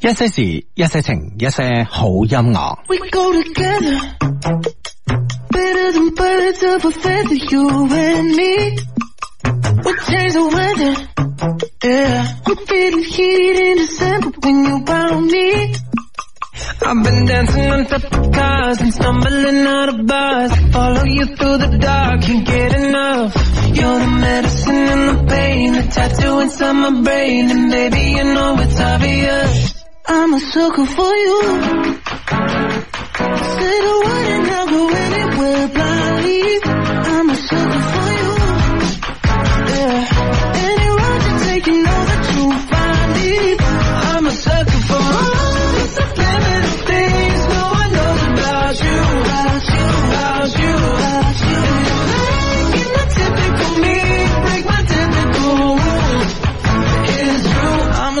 一些事，一些情，一些好音樂。 We go together better than birds of a feather, you and me. We change the weather, yeah. We feel the heat in December when you found me. I've been dancing on top of cars and stumbling out of bars. Follow you through the dark, can't get enough. You're the medicine and the pain, the tattoo inside my brain, and baby you know it's obvious. I'm a sucker for you. Say the word and I'll go anywhere blindly. I'm a sucker for you. Yeah. Any road you take, you know that you'll find it. I'm a sucker for all the subliminal things no one knows about you. About you, about you, about you. Breaking my typical me, break my typical rules. It's true, I'm a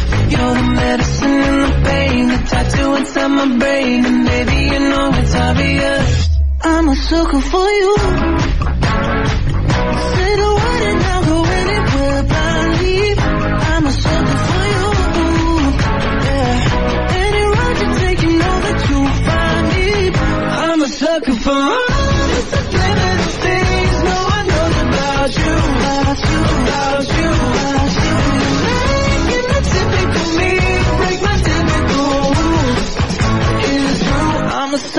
You're the medicine and the pain, the tattoo inside my brain. And baby, you know it's obvious. I'm a sucker for you. Say the word and I'll go anywhere blindly. I'm a sucker for you. Yeah. Any road you take, you know that you'll find me. I'm a sucker for all the subliminal things no one knows about you. About you, about you, about you. Making the typical me break my typical rules. It's true, I'm a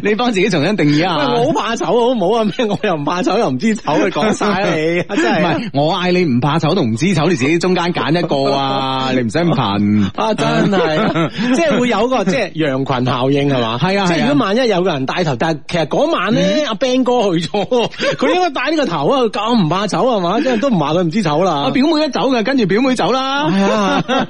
你幫自己重新定義一下。喂，我好怕醜，好唔好啊？咩？我又唔怕醜，又唔知醜，你講晒啊啦你，真唔係。啊係我嗌你唔怕醜同唔知醜，你自己中間揀一個 啊！你唔使咁煩。啊，真 係，即係會有個即係羊群效應係嘛？係啊嗯即係係啊如果萬一有個人帶頭，但係其實嗰晚咧，阿 Ben 哥去咗， 佢應該帶呢個頭啊，佢咁唔怕醜係嘛？即係都唔話佢唔知醜我啦。啊表妹一走嘅，跟住表妹走啦。係啊呢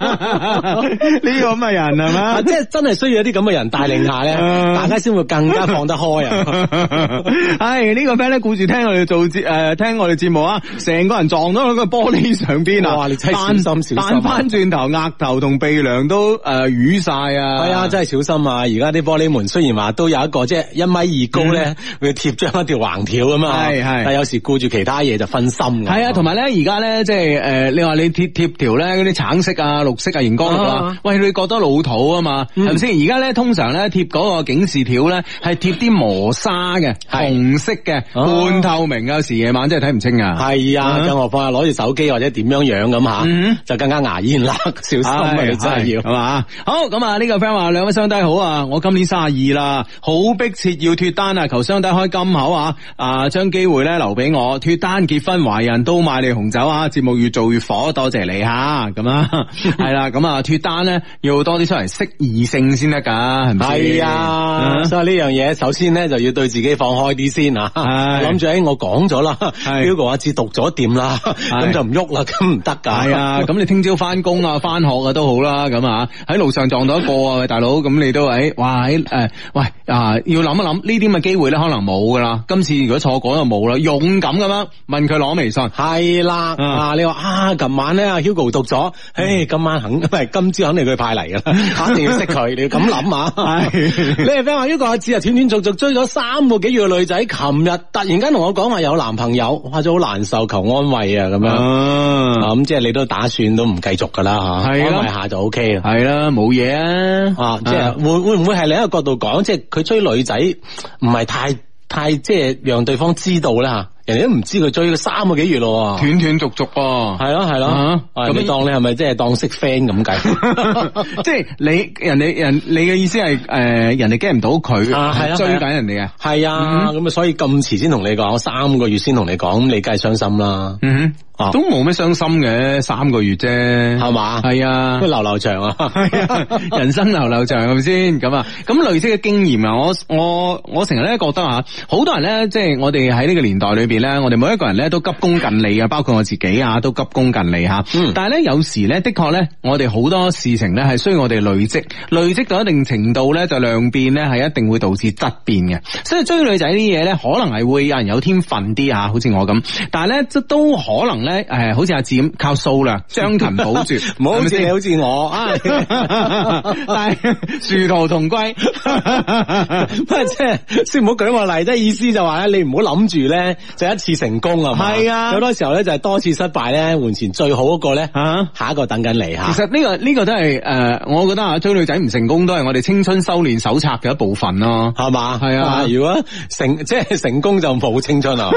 個咁嘅人係 啊咪？即係真係需要一啲咁嘅人帶領下咧，嗯大家先會更加放得開啊！ 唉，呢個 friend 咧顧住聽我哋做節诶，聽我哋節目啊，成個人撞到喺個玻璃上邊啊！哇你真係小心小心啊彈翻轉頭，額頭同鼻梁都诶瘀晒啊！係啊，真係小心啊！而家啲玻璃門雖然話都有一個即係一米二高嗯咧，會貼張一條橫條咁啊，係係但有時顧住其他嘢就分心㗎係啊，同埋咧，而家咧，即係誒、呃你話你貼貼條咧嗰啲橙色啊、啊、綠色啊、熒光綠啊啊啊，嗯喂，你覺得老土啊嘛，係咪先？而家咧通常咧貼嗰個警示條咧係貼啲磨砂嘅，係紅色嘅，哦半透明嘅，有時夜晚真係睇唔清啊。係啊，嗯更何況係攞住手機或者點樣樣咁嗯吓，就更加牙煙啦，小心啊！唉你真係要係。嘛？好咁啊！呢個 friend 話兩位相低好啊，我今年三十二啦，好迫切要脱單啊！求相低開金口啊！啊，將機會咧留俾我脱單、結婚、懷孕都買你紅酒啊！節目越做越火，多謝你 吓咁啊！係啦，咁啊脱單咧要多啲出嚟識異性先得噶，係咪先？係啊，嗯所以呢樣嘢首先咧就要對自己放開啲先啊！係諗住誒，我講咗啦係，Hugo 阿志讀咗掂啦，咁就唔喐啦，咁唔得 㗎。系啊，咁你聽朝翻工啊、翻學啊都好啦，咁啊喺路上撞到一個啊，喂大佬，咁你都诶，哇喺诶，喂啊，要諗一諗呢啲咁嘅機會咧，可能冇噶啦，今次如果錯過就冇啦，勇敢咁樣問佢攞微啊信。係啦，嗯啊你話啊，琴晚咧阿 Hugo 讀咗，唉，今晚肯唔 係今朝肯定佢派嚟 噶啦，一定要識佢，你要咁諗啊！係你係 friend 話 Hugo 阿志啊，斷斷續續追咗三個幾月嘅女仔，琴日突然間同我講話有男朋友，哇，真係好難受，求安慰啊咁樣。啊啊，咁即係你都打算都唔繼續噶啦吓，係啦安慰下就 O K 啦。係啦，冇嘢啊，啊，即係會會唔會係另一個角度講，即係佢追女仔唔係太太即係讓對方知道啦吓，人哋都唔知佢追咗三個幾月咯喎。斷斷續續喎。係咯係咯啊，咁咁你當你係咪即係當識 friend 咁計？即係你人哋人你嘅意思係诶人哋 get 唔到佢啊係啊追係啊緊人哋嘅，嗯係啊，咁啊，所以咁遲先同你講，三個月先同你講，咁你梗係傷心啦，嗯哼，啊都冇咩傷心嘅，三個月啫，係嘛？係啊咁。流流 長啊，係啊， 人生流流長係咪先？咁啊，咁累積嘅經驗啊，我我我成日咧覺得啊，好多人咧，即係我哋喺呢個年代裏邊咧，我哋每一個人咧都急功近利啊，包括我自己啊，都急功近利吓。嗯但係咧，有時咧，的確咧，我哋好多事情咧係需要我哋累積，累積到一定程度咧，就量變咧係一定會導致質變嘅。所以追女仔呢啲嘢咧，可能係會有人有天分啲啊，好似我咁。但係咧，即都可能咧，誒，好似阿志咁靠數量將勤補 拙，唔好好係咪似先你好似我 啊。但系殊途同歸，不過即係先唔好舉我例，即係意思就話咧，你唔好諗住咧就一次成功啊嘛。係啊有好多時候咧就係多次失敗咧，換前最好嗰個咧，啊下一個等緊你其吓。實呢、個呢、個都係诶、呃我覺得啊，追女仔唔成功都係我哋青春修煉手冊嘅一部分咯。係嘛？係啊如果成即係成功就冇青 春啊，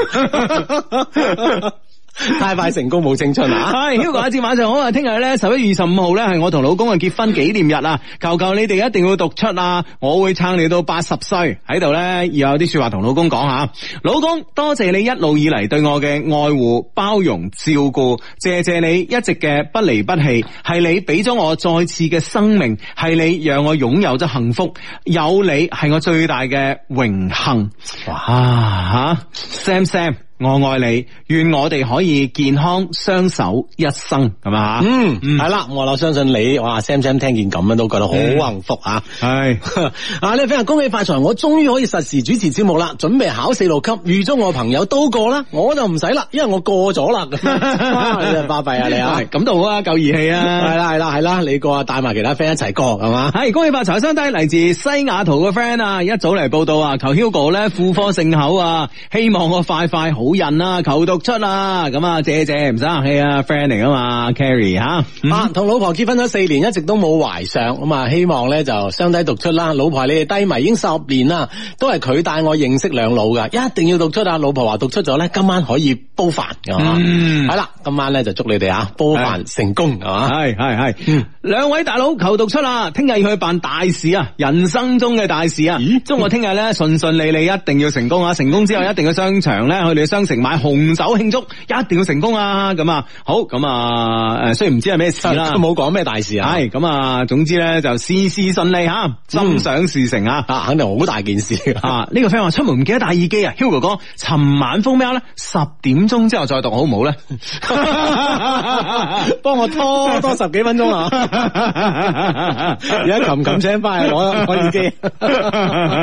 太快成功冇青春啊！ 系哎 Hugo 阿志晚上好啊！聽日咧十一月二十五號咧係我同老公嘅結婚紀念日啊！求求你哋一定要讀出啊！我會撐你到八十歲喺度咧，要有啲说話同老公講下。老公，多謝你一路以嚟對我嘅愛護、包容、照顧，謝謝你一直嘅不離不棄，係你俾咗我再次嘅生命，係你讓我擁有咗幸福，有你係我最大嘅榮幸。哇吓，Sam Sam，我愛你，願我哋可以健康相守一生，咁啊，嗯，嗯係啦，我我相信你，哇，Sam Sam 聽見咁樣都覺得好幸福啊！ 係啊！呢 friend 恭喜發財，我終於可以實時主持節目啦，準備考四六級，預祝我朋友都過啦，我就唔使啦，因為我過咗 啦。 哇你真係巴閉啊你啊！係咁都好啊，夠義氣係啊！啦係啦係啦，你過啊，帶埋其他 friend 一齊過係嘛？係恭喜發財相低嚟自西雅圖嘅 friend 啊，一早嚟報道啊，求 Hugo 咧婦科勝口啊，希望我快快好孕啊，求讀出啊，咁啊謝謝唔使客氣啊，friend 嚟噶嘛，Carrie 吓，嗯啊，同老婆結婚咗四年，一直都冇懷上，咁啊，希望咧就相低讀出啦。老婆係你哋低迷已經十年啦，都係佢帶我認識兩老噶，一定要讀出啊！老婆話讀出咗咧，今晚可以煲飯㗎嘛？嗯啊係啦，今晚咧就祝你哋啊煲飯成功係嘛？系系嗯系，两位大佬求讀出啦！聽日要去辦大事啊，人生中嘅大事啊！祝我聽日咧順順利利，一定要成功啊！成功之後一定要商場咧去你商城買紅酒慶祝，一定要成功啊！咁啊，好咁啊，诶，虽然唔知係咩事啦 都。冇講咩大事 啊。 嗯係咁啊，總之咧就事事順利吓，心想事成啊！啊，肯定好大件事啊！啊，呢、個 friend 話出門唔記得戴耳機啊，Hugo 哥，尋晚封喵咧十點鐘之後再讀好唔好 咧？幫我拖 多十幾分鐘啊！而家琴琴聲翻去攞攞耳機。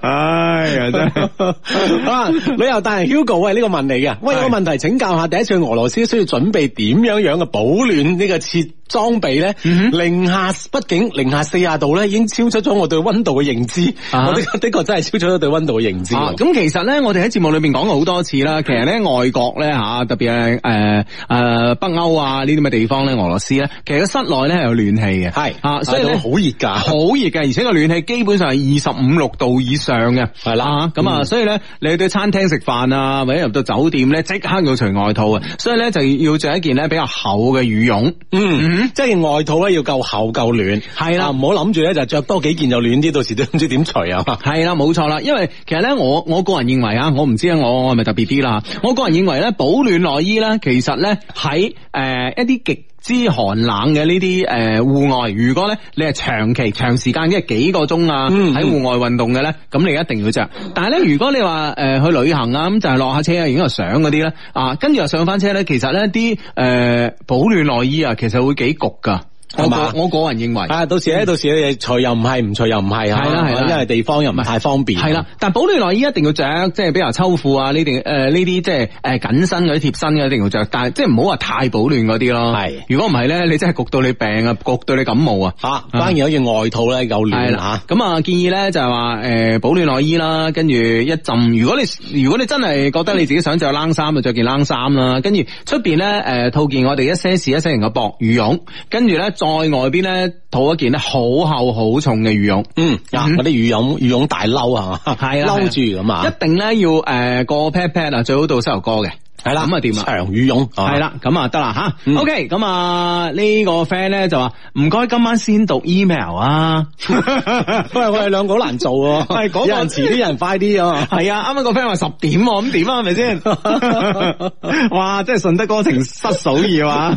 唉呀，真係 啊！旅遊達人 Hugo 喂，呢、個問你嘅，喂有係個問題請教下，第一次去俄羅斯需要準備點樣樣嘅保暖呢個設裝備咧，嗯哼零下畢竟零下四廿度咧，已經超出咗我對温度嘅認知。啊 我的的確真係超出咗對温度嘅認知。啊咁、其實咧，我哋喺節目裏面講過好多次啦。其實咧，外國咧吓，特別係誒誒北歐啊呢啲咁嘅地方咧，俄羅斯咧，其實個室內咧係有暖氣嘅，係啊，所以都咧好熱㗎。好熱嘅，而且個暖氣基本上係二十五六度以上嘅，係啦啊咁啊，所以咧，你去到餐廳食飯啊，或者入到酒店咧，即刻要除外套啊，所以咧就要着一件咧比較厚嘅羽絨，嗯，即係外套咧要夠厚夠暖，係啦啊唔好諗住咧就着多幾件就暖啲，到時都唔知點除啊。係啦，冇錯啦，因為其實咧，我我個人認為啊，我唔知啊，我我係咪特別啲啦？我個人認為咧，保暖內衣咧，其實咧喺誒一啲極之寒冷嘅呢啲誒戶外，如果咧你係長期長時間，即係幾個鐘啊，嗯喺戶外運動嘅咧，咁你一定要着。但係咧，如果你話誒、呃去旅行啊，咁就係落下車啊，影個相嗰啲咧，啊，跟住又上翻車咧，其實咧啲誒保暖內衣啊，其實會幾焗噶。我係嘛個我個人認為。啊，到時咧，到時咧除又唔係，唔除又唔係，嗯係啦係啦因為地方又唔係太方便。啊系啦，但保暖內衣一定要着，即係比如秋褲啊呢啲诶呢啲即係诶緊身嗰啲貼身嘅一定要着，但係即係唔好話太保暖嗰啲咯。係如果唔係咧，你真係焗到你病啊，焗到你感冒啊。吓，關鍵有件外套咧夠暖係啊啦，。咁啊建議咧就係話诶保暖內衣啦，跟住一浸。如果你如果你真係覺得你自己想着冷衫，就着件冷衫啦。跟住出边咧诶套件我哋一些事一些情嘅薄羽絨，跟住咧再外邊咧套一件咧好厚好重嘅羽絨。嗯，啊，嗯嗰啲羽絨羽絨大褸啊，係啦褸住咁啊，一定咧要诶個 pat pat 啊，最好到膝頭哥嘅。係啦，咁啊掂啦長羽絨系，啦，咁啊得啦吓。嗯 OK，咁啊呢個 friend 咧就話唔該今晚先讀 email 啊。啊喂，我哋兩個好難做 喎，係嗰個有人遲啲，有人快啲啊。係啊，啱啱個 friend 話十點喎，咁點啊？係咪 先？哇，真係順德哥情失數要啊！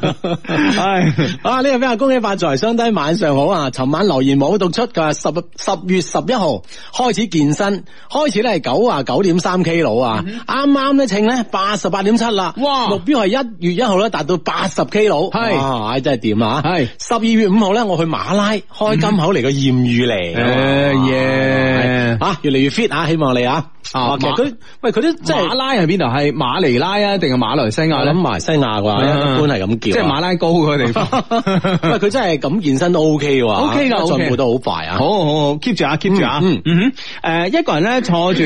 唉， 啊！呢個咩啊？恭喜發財，相低晚上好啊！尋晚留言冇讀出，佢話十十月十一號開始健身，開始咧係九啊九點三 K 佬啊，啱啱咧稱咧八十八點七啦，嗯哇目標係一月一號咧達到八十 K 佬，係哇，唉真係點啊！係十二月五號咧，我去馬拉開金口嚟個豔遇嚟，誒耶係啊，越嚟越 fit 啊！希望你啊，啊其實佢喂佢都即真係馬係拉係邊度？係馬尼拉啊，定係馬來西我亞咧諗？埋西亞啩，啊一般係咁叫，即係馬拉高嗰個地方。 喂，佢真係咁健身都 OK 喎 OK 㗎，OK 進步得好快啊！好好好，keep 住啊，keep 住啊，嗯嗯哼，诶，一個人咧坐住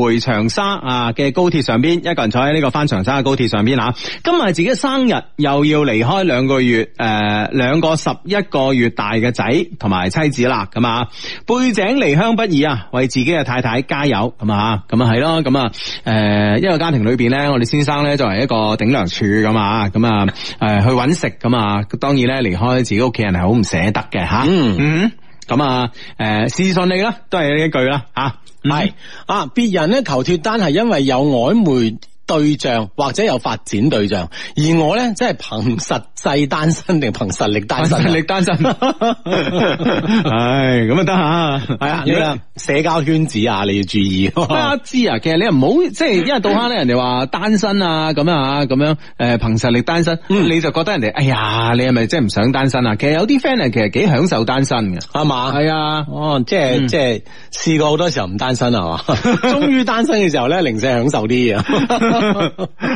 回長沙啊嘅高鐵上邊，一個人坐喺呢個翻長沙嘅高鐵上邊啊。今日係自己嘅生日，又要離開兩個月，诶，兩個十一個月大嘅仔同埋妻子啦，咁啊，背井離鄉不易啊，為自己嘅太太加油，咁啊，咁啊係咯，咁啊，诶，一個家庭裏邊咧，我哋先生咧作為一個頂梁柱咁啊，咁啊，诶，去揾食咁啊，當然咧離開自己屋企人係好唔捨得嘅吓，嗯嗯，咁啊，诶、事順利啦，都係呢一句啦，吓、嗯係啊，別人咧求脱單係因為有曖昧。對象或者有發展對象，而我咧真係憑實際單身定憑實力單身啊？力單身，唉，咁啊得吓，係啊，你啊社交圈子啊，你要注意。大家知啊，其實你唔好即係一日到黑咧，人哋話單身啊，咁啊，咁樣诶，誒憑實力單身，嗯你就覺得人哋，哎呀，你係咪真係唔想單身啊？其實有啲 friend 係其實幾享受單身 嘅，係嘛？係啊，哦，即係嗯即係試過好多時候唔單身啊係 嘛？終於單身嘅時候咧，零舍享受啲啊！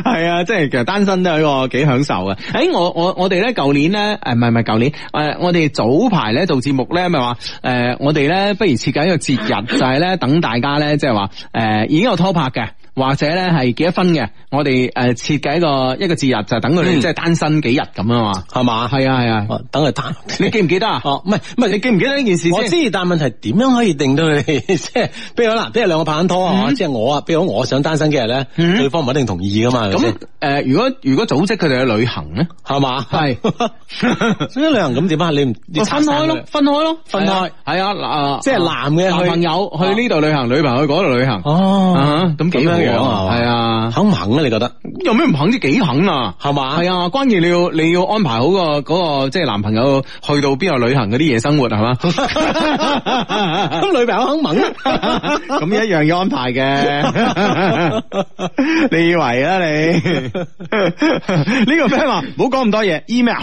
係啊，即係其實單身都係一個幾享受嘅。诶、我我我哋咧舊年咧，诶唔係唔係舊年，诶、我哋早排咧做節目咧，咪話诶我哋咧不如設計一個節日，就係咧等大家咧即係話诶已經有拖拍嘅。或者咧係結咗婚嘅，我哋诶設計一個一個節日，就等佢哋嗯即係單身幾日咁啊嘛。係嘛？係啊係啊， 哦等佢 單你記唔記得啊？哦，唔係唔係你記唔記得呢件事我先？知，但問題點樣可以定到佢哋 即係，比如嗱，比如兩個拍緊拖啊，嗯即係我啊，比如我想單身嘅人咧，嗯對方唔一定同意噶嘛，係咪咁先诶、呃如果如果組織佢哋去旅行咧，係嘛？係 所以旅行咁點啊？你唔你我拆分散開咯佢，分開咯，分開係啊，嗱啊，即係男嘅男去啊朋友去呢度旅行，女朋友去嗰度旅行，哦，啊，咁幾好咁樣樣啊，啊係啊，肯唔肯啊？你 覺得有咩唔肯啫？幾肯啊？係嘛？係啊，關鍵你要你要安排好個嗰個即係男朋友去到邊度旅行嗰啲夜生活係嘛？ 咁女朋友肯啊唔肯？ 咁一樣要安排 嘅，你以為啊你？呢個 friend 話唔好講咁多嘢，email，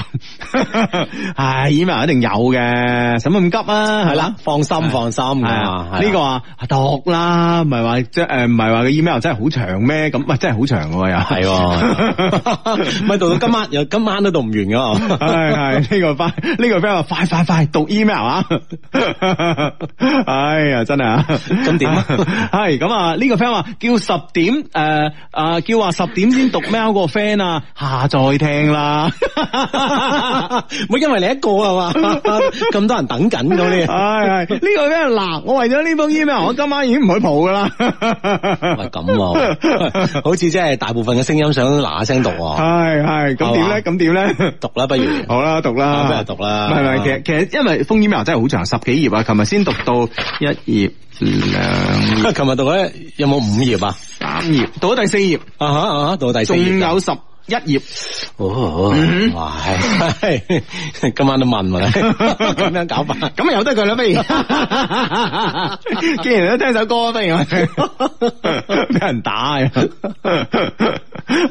唉，email 一定有嘅，使乜咁急啊？係係啦啦。，放心放心係㗎啊嘛，呢個話讀啦，唔係話即係誒，唔係話個 email 真真係好長咩？咁喂，真係好長喎又。係 喎，咪讀到今晚，又今晚都讀唔完 噶。系系呢個快呢個 friend 話快快快讀 email 啊！ 哎呀，真係啊！咁點啊 係咁啊？呢個 friend 話叫十點诶啊，叫話十點先讀 mail 個 friend 啊，下載聽啦。唔係因為你一個啊嘛， 咁多人等緊咁你。 唉，係呢個 friend 嗱，我為咗呢封 email，我今晚已經唔去蒲噶啦。喂咁喎，好似真係大部分嘅聲音想嗱嗱聲讀喎， 係係咁點咧？咁點咧？讀啦不如。好啦，讀啊啦，啊不如讀啦唔係唔係，其實其實因為封 email 真係好長，十幾頁啊，琴日先讀到一頁、兩頁、 琴日讀咧有冇五頁啊？三頁，到咗第四頁，啊哈啊哈，到第四仲頁㗎。有十一頁， 哦，嗯哇，係 今晚都問 喎，咁樣搞法。咁啊由得佢啦， 不如，既然都聽首歌， 不如我哋俾人打啊！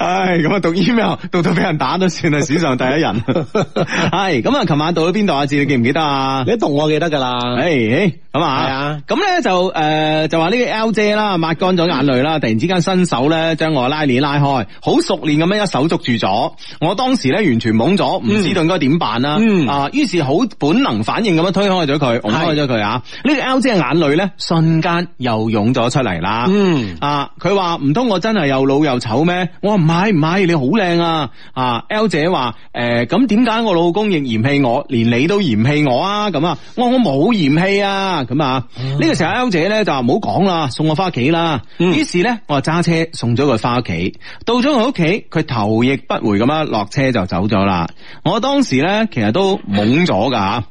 唉，咁啊讀 email 讀到俾人打都 算係史上第一人。係咁啊，琴晚到咗邊度啊？志你記唔記得啊？你一讀我記得㗎啦，诶，咁係啊啊，咁咧就诶、呃就話呢個 L 姐啦，抹乾咗眼淚啦，突然之間伸手咧將我拉鏈拉開，好熟練咁樣一手捉住咗，我當時咧完全懵咗，唔知道應該點辦啦，嗯啊，於是好本能反應咁樣推開咗佢，拱開咗佢啊，呢、個 L 姐嘅眼淚咧瞬間又湧咗出嚟啦，嗯啊，佢話唔通我真係又老又醜咩？我話唔係唔係，你好靚啊！啊，L 姐話誒咁點解我老公亦嫌棄我，連你都嫌棄我啊？咁啊，我話我冇嫌棄啊！咁啊，呢、個時候 L 姐咧就話唔好講啦，送我翻屋企啦。嗯於是咧，我就揸車送咗佢翻屋企。到咗佢屋企，佢頭亦不回咁樣落車就走咗啦。我當時咧其實都懵咗㗎嚇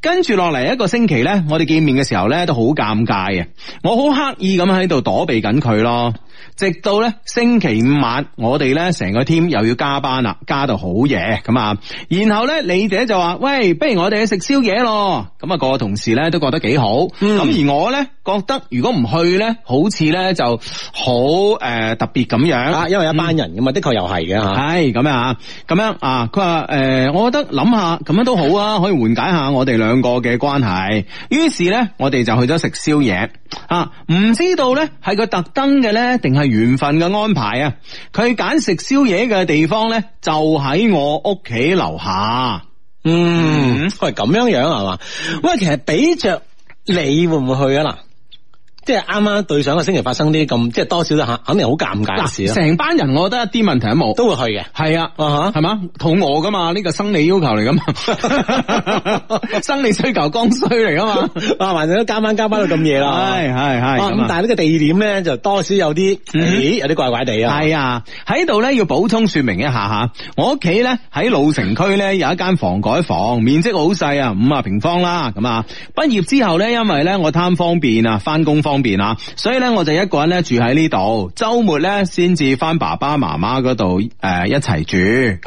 跟住落嚟一個星期呢，我哋見面嘅時候呢都好尷尬嘅，我好刻意咁喺度躲避緊佢咯。直到呢星期五晚，我哋呢成個 team 又要加班啦，加到好夜咁啊。然後呢，李姐就話：喂，不如我哋去食宵夜咯。咁啊，個個同事呢都覺得幾好。咁、嗯而我呢，覺得如果唔去呢，好似呢就好诶、呃特別咁樣。啊，因為一嗯班人㗎嘛，的確又係嘅吓。系咁樣啊，咁樣啊，佢話诶，誒我覺得諗下咁樣都好啊，可以緩解下我哋兩個嘅關係。於是咧，我哋就去咗食宵夜啊，唔知道咧係佢特登嘅咧，定係緣分嘅安排啊？佢揀食宵夜嘅地方咧，就喺我屋企樓下。嗯，喂，咁樣樣係嘛？喂，其實俾着你會唔會去啊？嗱，即係啱啱對上個星期發生啲咁，即係多少都肯肯定好尷尬嘅事嗱，啦，成班人我覺得一啲問題都冇。都會去嘅。係啊，啊哈係嘛，肚餓噶嘛，呢個生理要求嚟噶 嘛，生理需求剛需嚟噶嘛。啊，反正都加班加班到咁夜啦。係係係啊咁啊咁但係呢個地點咧就多少有啲，嗯咦，有啲怪怪地啊。系啊，喺度咧要補充說明一下吓，我屋企咧喺老城區咧有一間房改房，面積好細啊，五啊平方啦，咁啊，畢業之後咧，因為咧我貪方便啊，翻工方便啊，所以咧我就一個人咧住喺呢度，周末咧先至翻爸爸媽媽嗰度诶一齊住，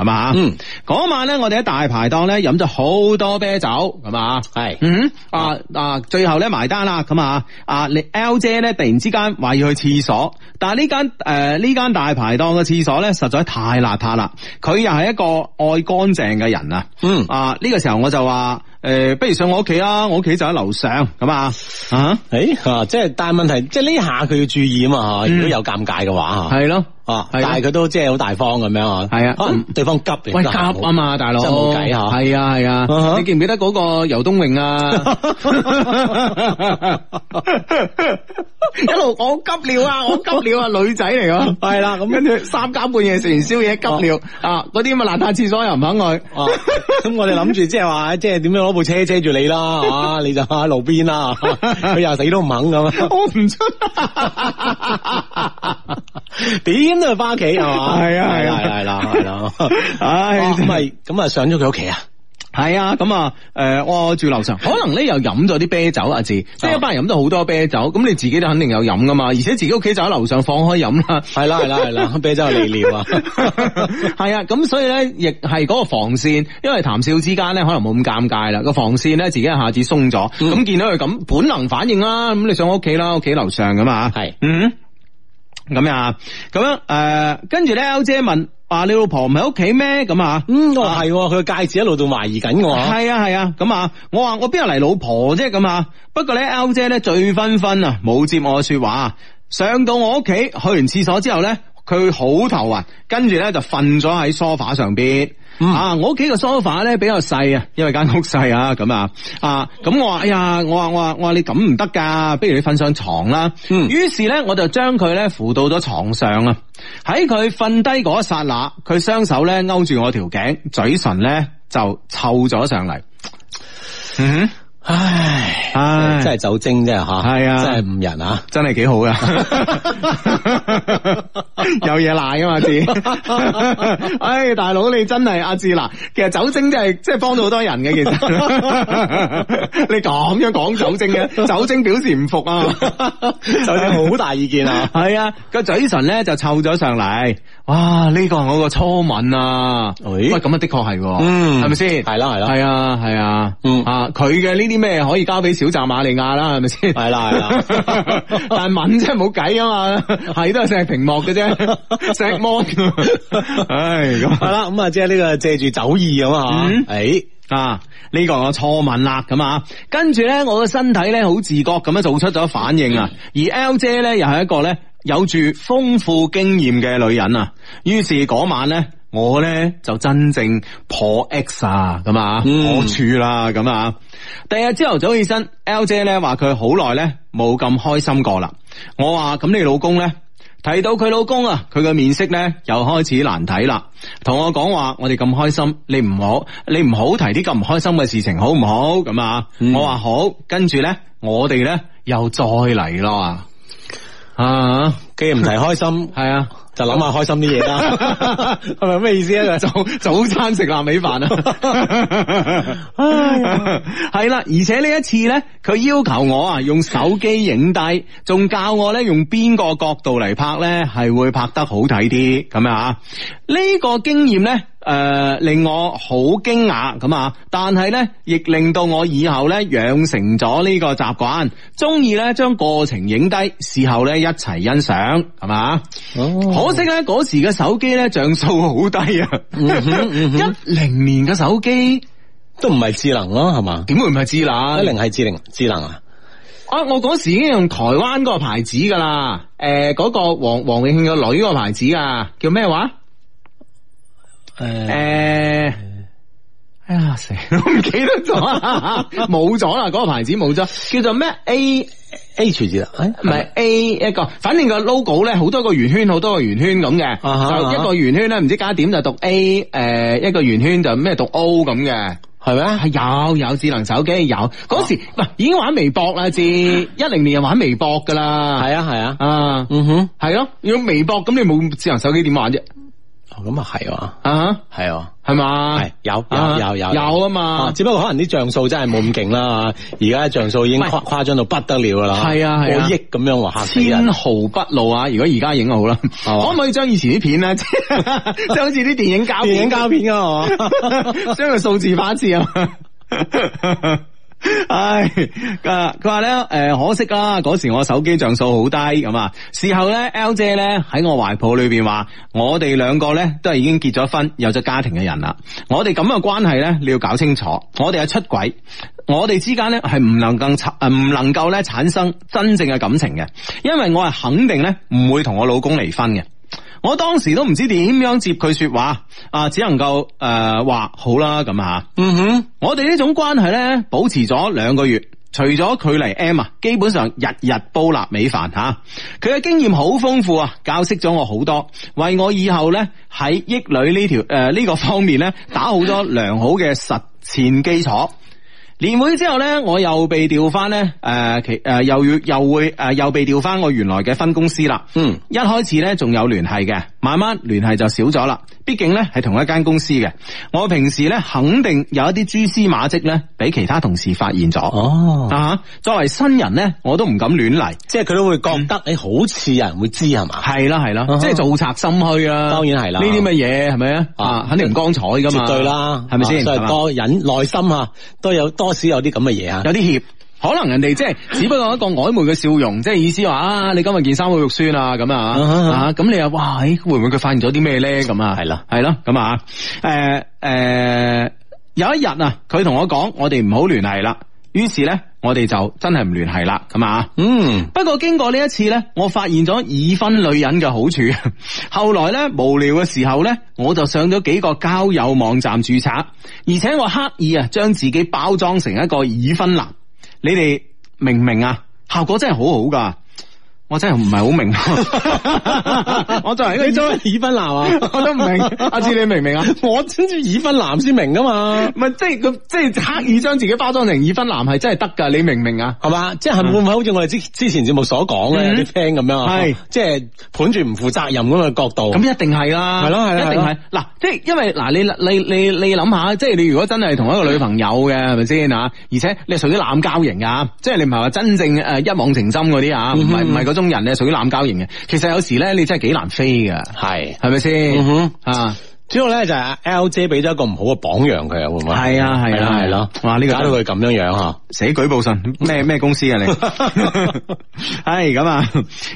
咁啊，嗯，嗰晚咧我哋喺大排檔咧飲咗好多啤酒，咁啊。係嗯啊啊，最後咧埋單啦，咁啊啊，你 L 姐咧突然之間話要去廁所，但係呢間诶呢間大排檔嘅廁所咧實在太邋遢啦，佢又係一個愛乾淨嘅人啊，嗯啊呢、個時候我就話诶、呃不如上我屋企啦，我屋企就喺樓上咁啊啊，诶啊，即係但係問題，即係呢下佢要注意啊嗯嘛，嚇如果有尷尬嘅話嚇。係咯。啊！係但咯係佢都即係好大方咁樣啊。係啊可能對方急亦都喂，係急啊嘛，大佬，真係冇計嚇係啊係啊哈你記唔記得嗰個游冬泳啊？ 一路我急尿啊，我急尿啊，女仔嚟㗎。係啦，咁跟住三更半夜食完宵夜急尿啊，嗰啲咁嘅邋遢廁所又唔肯去。啊，咁我哋諗住即係話，即係點樣攞部車遮住你啦， 啊，你就喺路邊啦， 啊佢又死都唔肯咁， 啊我唔出，點都要翻屋企係嘛？係啊係啊係啦係啦係啦。 唉哦咁咪咁啊上咗佢屋企啊？系啊，咁啊，诶、我住樓上，可能咧又飲咗啲啤酒，啊阿啊志，即係一班人飲咗好多啤酒，咁你自己都肯定有飲噶嘛，而且自己屋企就喺樓上放開飲啦。係啦係啦係啦，啤酒利 尿啊！系啊，咁所以咧，亦係嗰個防線，因為談笑之間咧，可能冇咁尷尬啦。個防線咧，自己一下子鬆咗，咁、嗯見到佢咁，本能反應啦，咁你上我屋企啦，屋企樓上咁啊，係嗯，咁樣啊，咁樣诶，跟住咧，L 姐問話你老婆唔喺屋企咩？咁啊，嗯，我係喎佢個戒指一路度懷疑緊我。系啊系啊，咁啊，我話我邊度嚟老婆啫咁啊，不過咧 L 姐咧醉醺醺啊，冇接我嘅说話。上到我屋企，去完廁所之後咧，佢好頭暈，跟住咧就瞓咗喺梳化上邊。嗯啊！我屋企個梳化咧比較細啊，因為間屋細啊，咁啊啊咁我話哎呀，我話我話我話你咁唔得噶，不如你瞓上床啦。嗯於是咧我就將佢咧扶到咗床上啊，喺佢瞓低嗰一剎那，佢雙手咧勾住我條頸，嘴唇咧就湊咗上嚟。嗯唉，哼，唉，真係酒精啫吓，係啊真係誤人啊！真係幾 好噶，有嘢賴啊嘛 志，唉、大佬你真係阿志嗱，其實酒精真係即係幫到好多人嘅，其 實你咁樣講酒精嘅，酒精表示唔服啊，酒精好大意見 啊！係啊，個嘴唇咧就湊咗上嚟，哇！呢、個係我個初吻啊，喂喂，咁啊的確係喎，嗯係咪先？係啦係啦係啊係啊，嗯啊，佢嘅呢啲咩可以交俾小澤瑪利亞啦，係咪先？係啦係啦 但吻真係冇計啊嘛，係都係石屏幕嘅啫，石 mon，唉咁係啦，咁啊，即係呢個借住酒意咁啊嗯，誒，啊！呢、個我初吻啦，咁啊，跟住咧，我嘅身體咧好自覺咁樣做出咗反應啊，嗯而 L 姐咧又係一個咧有住豐富經驗嘅女人啊，於是嗰晚咧。我咧就真正破 X 啊，咁啊，嗯破處啦，咁啊。第二日朝頭早起身，L 姐咧話佢好耐咧冇咁開心過啦。我話咁你老公咧？提到佢老公啊，佢嘅面色咧又開始難睇啦，同我講話我哋咁開心，你唔好你唔好提啲咁唔開心嘅事情，好唔好？咁啊，嗯我話好，跟住咧我哋咧又再嚟咯啊啊，既然唔提開心， 係啊。就諗下開心啲嘢啦，係咪咩意思啊？早早餐食臘味飯啊，係啦，而且呢一次咧，佢要求我啊用手機影低，仲教我咧用邊個角度嚟拍咧，係會拍得好睇啲咁樣啊。呢、個經驗咧。誒、令我好驚訝咁啊！但係咧，亦令到我以後咧養成咗呢個習慣，中意咧將過程影低，事後咧一齊欣賞，係嘛？哦可惜咧嗰時嘅手機咧像素好低啊，嗯 一零年嘅手機都唔係智能咯，係嘛？點會唔係智能？一零係智能智能啊？啊！我嗰時已經用台灣嗰個牌子噶啦，誒、嗰、個黃黃永慶嘅女嗰個牌子啊，叫咩話？誒、誒，嗯哎呀，成日都唔記得咗啊，冇咗啦，嗰、個牌子冇咗，叫做咩 A？ H 字啊？唔係 A 一個，反正個 logo 咧好多個圓圈，好多個圓圈咁嘅，哈就一個圓圈咧唔知加點就讀 A，誒、一個圓圈就咩讀 O 咁嘅。係咩？啊係有有智能手機有，嗰時唔係已經玩微博啦， 至一零年又玩微博噶啦，係啊係啊，啊，嗯哼，係咯，用微博咁你冇智能手機點玩啫？哦咁啊係啊，啊，係啊。係嘛？係有有啊有有有啊啊嘛！只不過可能啲像素真係冇咁勁啦，而家像素已經唔係誇誇張到不得了噶啦，係啊係啊過億咁樣話嚇死千人，毫不露啊！如果而家影好啦，嘛可唔可以將以前啲片 咧，即係即係好似啲電影膠電影膠片啊係嘛？ 將佢數字化一次啊！ 唉，啊佢話咧，誒、可惜啦，嗰時我手機像素好低咁啊。事後咧，L 姐咧喺我懷抱裏邊話，我哋兩個咧都係已經結咗婚，有咗家庭嘅人啦。我哋咁嘅關係咧，你要搞清楚，我哋係出軌，我哋之間咧係唔能夠產呃唔能夠咧產生真正嘅感情嘅，因為我係肯定咧唔會同我老公離婚嘅。我當時都唔知點樣接佢說話，啊，只能夠誒話好啦咁吓。嗯哼，我哋呢種關係咧，保持咗兩個月。除咗佢嚟 M 啊，基本上日日煲臘味飯吓，佢嘅經驗好豐富啊，教識咗我好多，為我以後咧喺益女呢條誒呢個方面咧打好咗良好嘅實踐基礎。年會之後咧，我又被調翻咧，誒、呃其誒、又要又會誒、又被調翻我原來嘅分公司啦。嗯，一開始咧仲有聯繫嘅，慢慢聯繫就少咗啦。畢竟咧係同一間公司嘅，我平時咧肯定有一啲蛛絲馬跡咧，俾其他同事發現咗。哦，啊哈，作為新人咧，我都唔敢亂嚟。即係佢都會覺得嗯你好似有人會知係嘛？係啦係啦啊哈，即係做賊心虛啦。當然係啦呢啲乜嘢係咪啊？啊啊，肯定唔光彩噶嘛。絕對啦，係咪啊先？所係以嘛多人內心啊，都有多少有啲咁嘅嘢啊。有啲怯。可能人哋即係只不過一個曖昧嘅笑容，即係意思話啊，你今日件衫好肉酸啊，咁啊，啊哈啊，咁你又哇，咦會唔會佢發現咗啲咩咧？咁啊，係啦，係啦，咁啊，誒、誒、有一日啊，佢同我講，我哋唔好聯繫啦。於是咧，我哋就真係唔聯繫啦，咁啊。嗯，不過經過呢一次呢，我發現咗已婚女人嘅好 處。後來呢，無聊嘅時候呢，我就上咗幾個交友網站註冊，而且我刻意啊將自己包裝成一個已婚男。你哋明唔明啊？效果真係好好噶。我真係唔係好 明，我作為一個你已做已婚男啊？我都唔明。阿志你明唔明 啊？我真係已婚男先明噶嘛，唔係即係佢，即係刻意將自己包裝成已婚男係真係得噶，你明唔明啊？係嘛？即係會唔會好似我哋之之前節目所講咧，嗯有啲 friend 咁樣啊，係即係盤住唔負責任咁嘅角度，咁一定係啦，哦係咯係咯一定係。嗱，即係因為嗱，你你你你諗下，即係你如果真係同一個女朋友嘅，係咪先啊？而且你係屬於濫交型啊，即係你唔係話真正誒一往情深嗰啲啊，唔嗯係唔係嗰種人，你係屬於濫交型嘅。其實有時咧，你真係幾難飛噶，係。係咪嗯先哼，啊？主要咧就係 L 姐俾咗一個唔好嘅榜樣佢啊，會唔會？係啊係啊係咯，哇呢個搞到佢咁樣樣啊吓。寫舉報信， 咩咩公司啊你？係咁啊，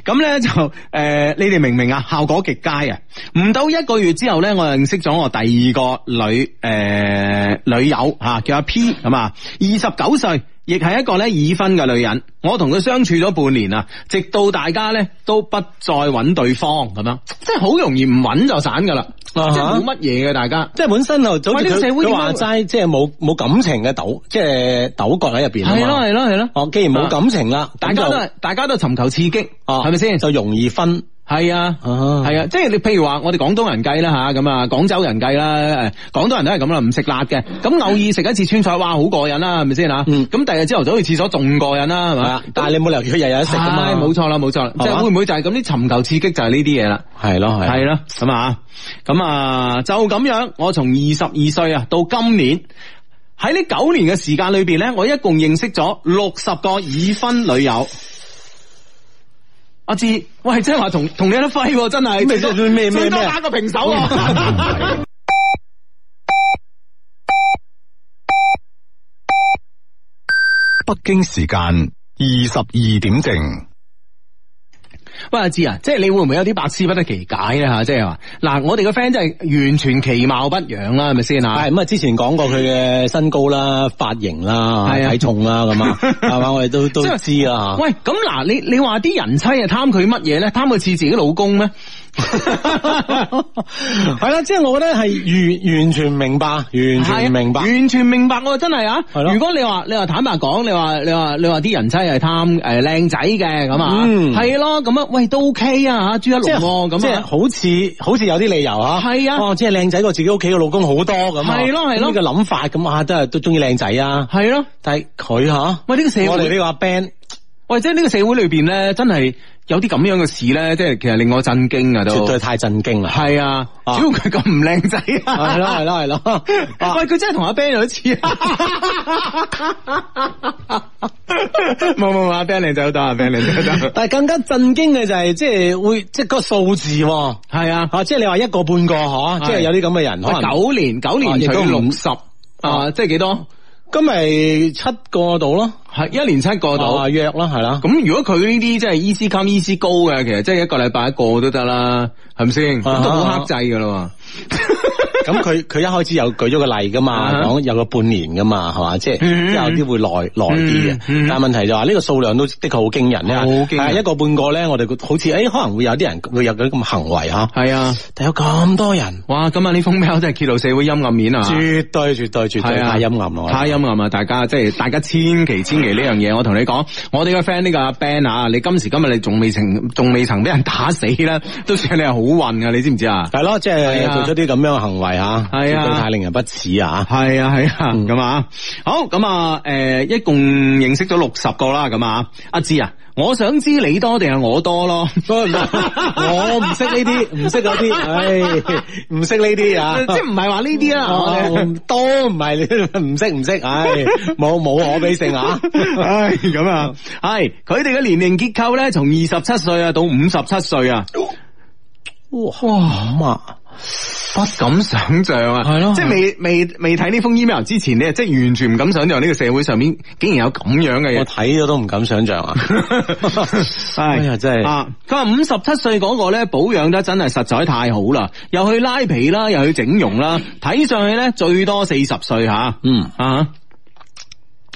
咁咧就誒、呃你哋明唔明啊？效果極佳啊！唔到一個月之後咧，我認識咗我第二個女誒、呃女友吓、啊叫阿 P 咁啊，二十九歲。亦係一個咧已婚嘅女人，我同佢相處咗半年啊，直到大家咧都不再揾對方咁樣，即係好容易唔揾就散噶啦，即啊哈係冇乜嘢嘅大家。即係本身就好哇似呢個佢社會佢點話解齋，即係冇冇感情嘅糾，即係糾葛喺入邊啊係咯嘛。係咯係咯，哦，既然冇感情啦，大家咁都就係大家都尋求刺激，哦，係咪先？就容易分係啊，啊係啊，即係你譬如話我哋廣東人計啦吓，咁啊廣州人計啦，誒廣東人都係咁啦，唔食辣嘅，咁偶爾食一次川菜，哇好過癮啦，係咪先吓？嗯咁第二日朝頭早去廁所仲過癮啦，係係嘛啊？，但係你冇理由佢日日都食噶嘛。唉冇錯啦，冇錯啦，嘛即係會唔會就係咁啲尋求刺激就係呢啲嘢啦？係咯係係啦，咁啊，咁啊，就咁樣，我從二十二歲啊到今年。喺呢九年嘅時間裏邊咧，我一共認識咗六十個已婚女友。阿志，喂，即係話同同你一揮喎，真係咩咩咩咩最多咩打個平手啊！北京時間二十二點正。喂，阿志啊，即係你會唔會有啲百思不得其解咧吓？即係話嗱，我哋個 friend 真係完全其貌不揚啦，係咪先啊？係咁啊！之前講過佢嘅身高啦、髮型啦、係啊體重啦咁 啊，係嘛？我哋都都即係知啦嚇。喂，咁嗱，你你話啲人妻啊貪佢乜嘢咧？貪佢似自己老公咩？係啦，即係我覺得係完完全明白，完全明白係啊。完全明白我真係啊！係咯如果你話你話坦白講，你話你話你話啲人妻係貪誒靚仔嘅咁啊，嗯係咯咁啊，喂都 OK 啊吓，朱一即係龍喎即咁係啊。好似好似有啲理由吓，係啊哦，即係靚仔過自己屋企嘅老公好多咁啊，係咯係咯呢個諗法咁啊，都係都中意靚仔啊，係咯，但係佢吓，喂呢個社我哋呢會，個阿 Ben 喂即係呢個社會裏邊咧，真係有啲咁樣嘅事咧，即係其實令我震驚啊絕都對。太震驚啦，係啊，主啊要佢咁唔靚仔啊，係咯係咯係咯，啊 喂，佢真係同阿 Ben 有啲似啊！冇冇冇，阿 Ben 靚仔好多，阿 Ben 靚仔好多。但係更加震驚嘅就係即係會即係個數字喎係啊，啊，即係你話一個半個嗬，係即係有啲咁嘅人可能九年九啊年亦除都唔六十啊，即係幾多？咁咪七個度咯，係一年七個啊度。約啦係啦，咁如果佢呢啲即係 easy come easy go 嘅，其實即係一個禮拜一個都得啦，係咪先？啊咁都好克制噶啦 咁佢佢一開始有舉咗個例噶嘛，啊哈講有個半年噶嘛，係嘛，即係嗯即係有啲會耐耐啲嘅嗯。嗯但係問題就話呢個數量都的確好驚人咧，啊好驚人係一個半個咧，我哋好似誒可能會有啲人會有嗰啲咁嘅行為嚇，嘛。係啊，但有咁多人，哇！今日呢封 mail 真係揭露社會陰暗面啊！絕對絕對絕對係啊太陰暗啦，我覺得太陰暗啊！大家即係大家千祈千祈呢樣嘢，我同你講，我哋個 friend 呢個阿 Ben 啊，你今時今日你仲未曾仲未曾俾人打死啦，都算你係好運啊！你知唔知啊？係咯，即係係啊做出啲咁樣嘅行為係嚇，啊絕對太令人不齒啊！係啊係啊，嗯咁啊、好咁啊，誒、一共認識咗六十個啦，咁啊，阿志啊，我想知你多定係我多 咯？我唔識呢啲，唔識嗰啲，唉，唔識呢啲啊！即係唔係話呢啲啦，我哋哦，多唔係你唔識唔識，唉，冇冇可比性啊！唉，咁啊，係佢哋嘅年齡結構咧，從二十七歲啊到五十七歲啊，哇咁啊，不敢想象啊，係咯即係未未未睇呢封 email 之前咧，即係完全唔敢想象呢個社會上面竟然有咁樣嘅嘢。我睇咗都唔敢想 象啊！係哎呀真係啊！佢話五十七歲嗰個咧保養得真係實在太好啦，又去拉皮啦，又去整容啦，睇上去咧最多四十歲吓。嗯啊！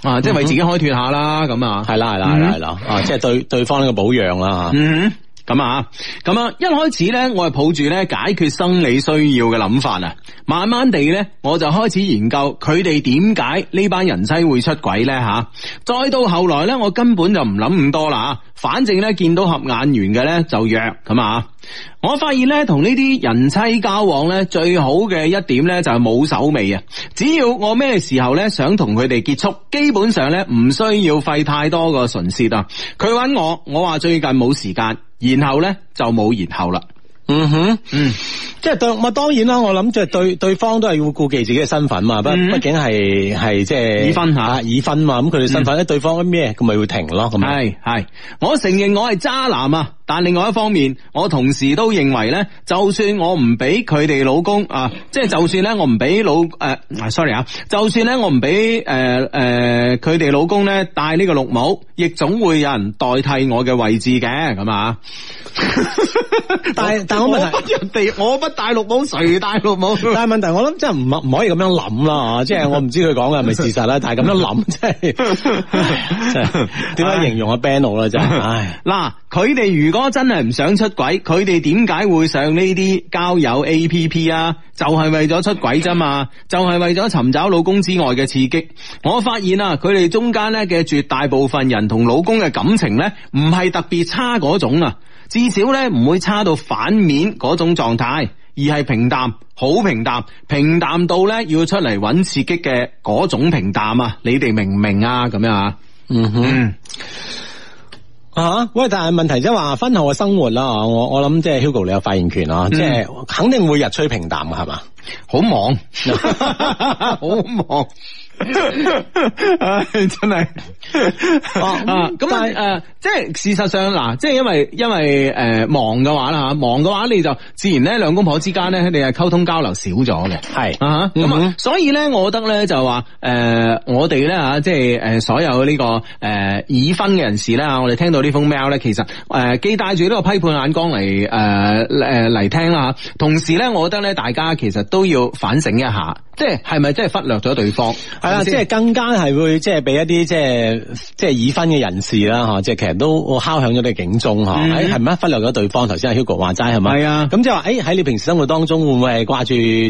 啊，即係為自己開脱下啦，咁啊，系啦系啦系啦系啦，啊，即系對對方呢個保養啦吓。嗯哼。咁啊，咁啊，一開始咧，我係抱住咧解決生理需要嘅諗法啊，慢慢地咧，我就開始研究佢哋點解呢班人妻會出軌咧吓。再到後來咧，我根本就唔諗咁多啦，反正咧見到合眼緣嘅咧就約咁啊。我發現咧，同呢啲人妻交往咧，最好嘅一點咧就係冇手尾啊！只要我咩時候咧想同佢哋結束，基本上咧唔需要費太多個唇舌啊！佢揾我，我話最近冇時間，然後咧就冇然後啦。嗯哼，嗯，即係對，咁啊當然啦，我諗即係對對方都係要顧忌自己嘅身份嘛，不嗯畢竟係係即係已婚嚇啊已婚嘛，咁佢哋身份咧，對方咩咁咪會停咯，咁啊係係，我承認我係渣男啊，但另外一方面，我同時都認為咧，就算我唔俾佢哋老公啊，即係就算咧我唔俾老诶、s o r r y 啊，就算咧我唔俾诶诶佢哋老公咧戴呢個綠帽，亦總會有人代替我嘅位置嘅，咁啊。 但係但係我問題不人哋，我不戴綠帽，誰戴綠帽？ 但係問題，我諗真係唔唔可以咁樣諗啦，啊嚇即嗯係我唔知佢講嘅係咪事實啦，但係咁樣諗真係，唉真 係點解形容阿 Ben 好啦，真係，唉，嗱，佢哋如果真係唔想出軌，佢哋點解會上呢啲交友 A P P 啊？就係為咗出軌啫嘛，就係為咗尋找老公之外嘅刺激。我發現啊，佢哋中間咧嘅絕大部分人同老公嘅感情咧，唔係特別差嗰種啊，至少咧唔會差到反面嗰種狀態。而係平淡，好平淡，平淡到咧要出嚟揾刺激嘅嗰種平淡啊！你哋明唔明啊？咁樣啊？嗯哼。嗯，啊，喂！但係問題即係話婚後嘅生活啦，我我諗即係 Hugo 你有發言權嗯啊，即係肯定會日趨平淡嘅係嘛？好忙， 好忙。 唉，真系哦啊！咁啊，诶、即系事實上嗱，即係因為因為诶、誒忙嘅話啦吓，忙嘅話你就自然咧兩公婆之間咧，你係溝通交流少咗嘅。係啊哈嗯咁啊哼，所以咧，我覺得咧就話诶、誒我哋咧吓，即係诶所有呢、個个誒已婚嘅人士咧，我哋聽到呢封 mail 咧，其實诶既帶住呢個批判眼光嚟诶诶嚟聽啦吓，同時咧，我覺得咧，大家其實都要反省一下，即係係咪真係忽略咗對方？係咪啦，啊即先係更加係會即係俾一啲即係即係已婚嘅人士啦，吓，即係其實都敲響咗你警鐘吓，嗯誒係咪忽略咗對方？頭先阿 Hugo 話齋係咪？係啊咁即係話誒喺你平時生活當中會唔會係掛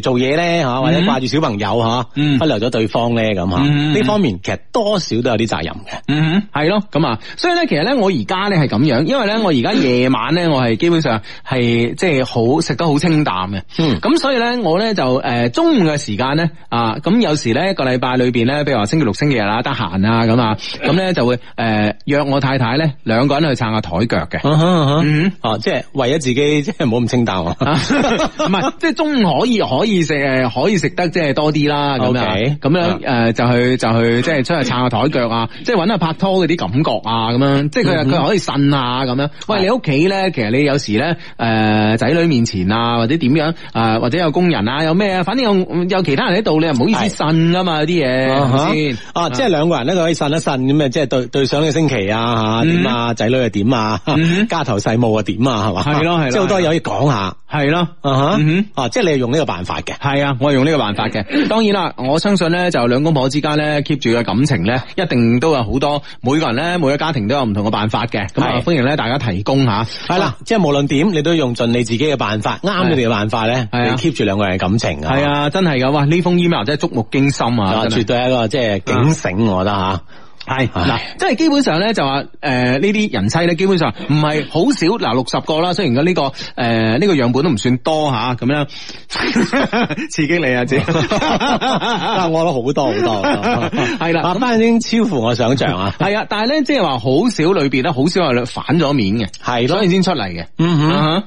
住做嘢咧吓，或者嗯掛住小朋友吓，嗯忽略咗對方咧咁吓？嗯呢方面其實多少都有啲責任嘅。嗯哼，系咯，咁啊，所以咧，其實咧，我而家咧係咁樣，因為咧，我而家夜晚咧，我係基本上係即係好食得好清淡嘅，嗯咁所以咧，我咧就诶、呃中午嘅時間咧啊，咁有時咧一個禮拜裏边咧，譬如話星期六、星期日啦，得閒啊咁啊，咁咧就會诶、呃、约我太太咧兩個人去撐下台腳嘅。啊哈啊哈嗯哦，即係為咗自己， 即係唔好咁清淡啊。啊 唔係， 即係中午可以可以食誒，可以食得即係多啲啦，咁樣 OK 啊咁樣誒就去就去即係出去撐下台腳啊，即係揾下拍拖嗰啲感覺啊，咁樣即係嗯佢佢可以呻下咁樣。喂，啊你屋企咧，其實你有時咧誒仔女面前啊，或者點樣誒，或者有工人啊，有咩啊，反正有有其他人喺度，你又唔好意思呻噶嘛，有啲嘢係咪先？啊，即係兩個人咧，佢可以呻一呻咁啊，即係對對上嘅星期啊，吓嗯點啊，仔女又點啊嗯， 家頭細務啊點啊，係嘛？係咯係咯即係好多嘢可以講下係咯。啊嗯吓，啊，即係你係用呢個辦法嘅。系啊，我係用呢個辦法 嘅。當然啦，我相信咧，就兩公婆之間咧 keep 住嘅感情咧，一定都有好多每個人咧，每個家庭都有唔同嘅辦法嘅。咁啊，係歡迎咧大家提供下。係啦，即係無論點，你都用盡你自己嘅辦法，啱你哋嘅辦法咧，你係啊 keep 住兩個人嘅感情啊。係，啊，真係噶，哇！呢封 email 真係觸目驚心啊，啊，真係啊絕對係一個即係警醒，我覺得 吓。系嗱唉，即系基本上咧就話诶呢啲人妻咧，基本上唔係好少嗱六十個啦，雖然嘅呢個诶呢個樣本都唔算多吓，咁 樣刺激你啊姐，啊，我諗好多好多，係啦啊，反正超乎我想象 啊。係啊，但係咧即係話好少裏边咧，好少係反咗面嘅，係咯所以先出嚟嘅。嗯哼啊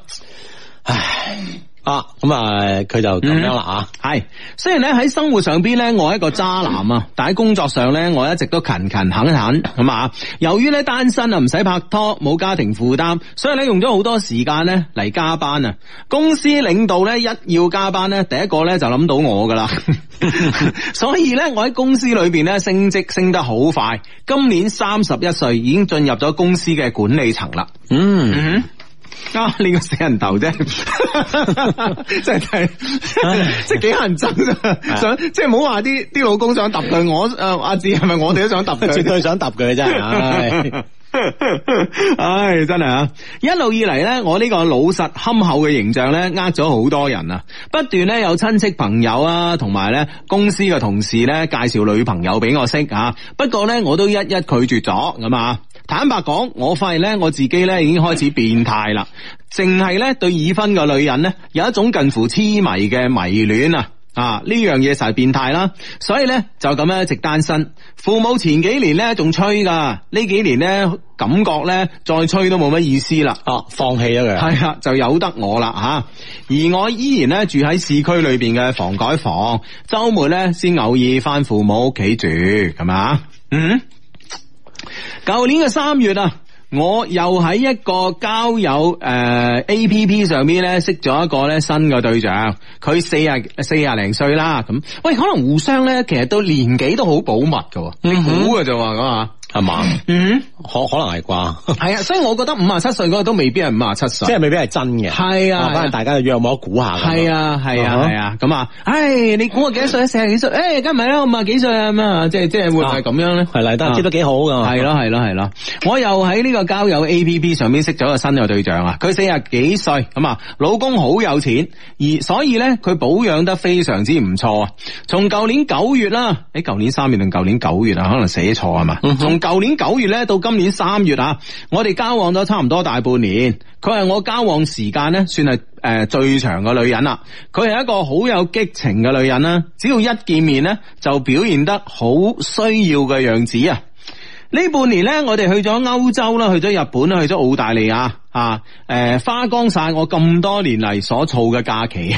哈啊，咁啊，佢就咁樣啦啊。系，雖然咧喺生活上邊咧，我係一個渣男 啊，但喺工作上咧，我一直都勤勤懇懇咁啊。由於咧單身啊，唔使拍拖，冇家庭負擔，所以咧用咗好多時間咧嚟加班啊。公司領導咧一要加班咧，第一個咧就諗到我噶 啦，所以咧我喺公司裏邊咧升職升得好快，今年三十一歲已經進入咗公司嘅管理層啦。嗯。嗯哼啊！你個死人頭啫， 真係即係幾乞人憎啊想即係唔好話啲啲老公想揼佢，我誒阿志係咪我哋都想 揼佢？絕對想揼佢真係， 唉， 唉，真係啊！一路以嚟呢，我呢個老實憨厚嘅形象呢，呃咗好多人啊！不斷呢，有親戚朋友啊，同埋呢公司嘅同事呢，介紹女朋友俾我識啊。不過呢，我都一一拒絕咗咁啊！坦白講，我發現呢，我自己呢已經開始變態啦，淨係呢對已婚嘅女人呢，有一種近乎痴迷嘅迷戀啊！啊！呢樣嘢實係變態啦，所以呢，就咁樣一直單身。父母前幾年呢仲吹噶，呢幾年呢，感覺呢，再吹都冇乜意思啦。哦，放棄咗佢，係啦，就由得我啦吓，而我依然呢，住喺市區裏邊嘅房改房，周末呢，先偶爾翻父母屋企住，咁啊，嗯，舊年嘅三月啊。我又喺一個交友誒、A 呃 P P 上邊咧識咗一個咧新嘅對象，佢四啊四啊零歲啦，咁喂可能互相咧其實都年紀都好保密㗎喎，你估嘅啫喎咁啊，係嘛？嗯，可可能係啩，係啊，所以我覺得五啊七歲嗰個都未必係五啊七歲， 即係未必係真嘅，哦係啊，反正大家就約摸估下，係，啊，係啊啊，哈係啊，咁啊，唉，你估我幾多歲？四十幾歲？誒，梗唔係啦，我五十幾歲啊，咁啊，即係即係會唔會係咁樣啊咧？係嚟得接得幾好噶，係咯係咯係咯，我又喺呢個交友 A P P 上面識咗個新嘅對象啊，佢四十幾歲咁啊，老公好有錢，而所以呢，佢保養得非常之唔錯啊。從舊年九月啦，誒舊年三月定舊年九月啊，可能寫錯係嘛？從舊年九月呢到今年三月啊，我哋交往咗差唔多大半年，佢係我交往時間呢算係。誒、最長嘅女人啦，佢係一個好有激情嘅女人啦，只要一見面呢，就表現得好需要嘅樣子啊！呢半年呢，我哋去咗歐洲啦，去咗日本啦，去咗澳大利亞啊！誒、花光晒我咁多年嚟所儲嘅假期，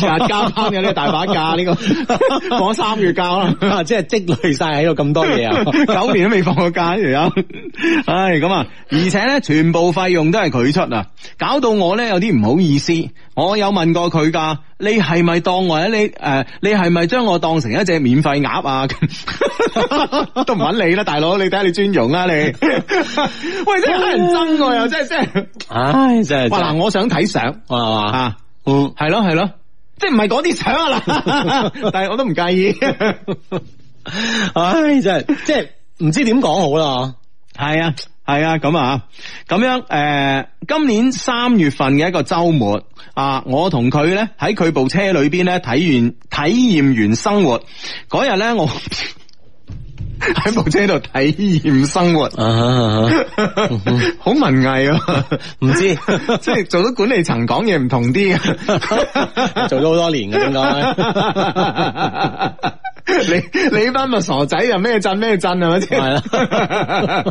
假加班嘅呢大把假呢、個，放三月假啦。啊即係積累晒喺度咁多嘢 啊，九年都未放過假呢 條友，唉咁啊！而且咧，全部費用都係佢出啊，搞到我咧有啲唔好意思。我有問過佢噶，你係咪當我係你誒、呃你係咪將我當成一隻免費鴨啊？ 咁都唔揾你啦，大佬，你睇下你尊容啦 你。喂，真係乞人憎喎，又真係真係。嗯唉，真係哇嗱，真係我想睇相哇係嘛，啊，嗯。係咯係咯，即係唔係嗰啲相啊嗱， 但係我都唔介意。唉，真係即係唔知點講好啦。係啊，係啊，咁啊，咁樣誒、呃今年三月份嘅一個周末啊，我同佢咧喺佢部車裏邊咧體完體驗完生活嗰日咧，我 喺部車度體驗生活，啊好文藝啊！嗯唔 知即係做到管理層講嘢唔同啲嘅。做咗好多年嘅應該你你班咪傻仔又咩震咩震係咪先？係啦。啊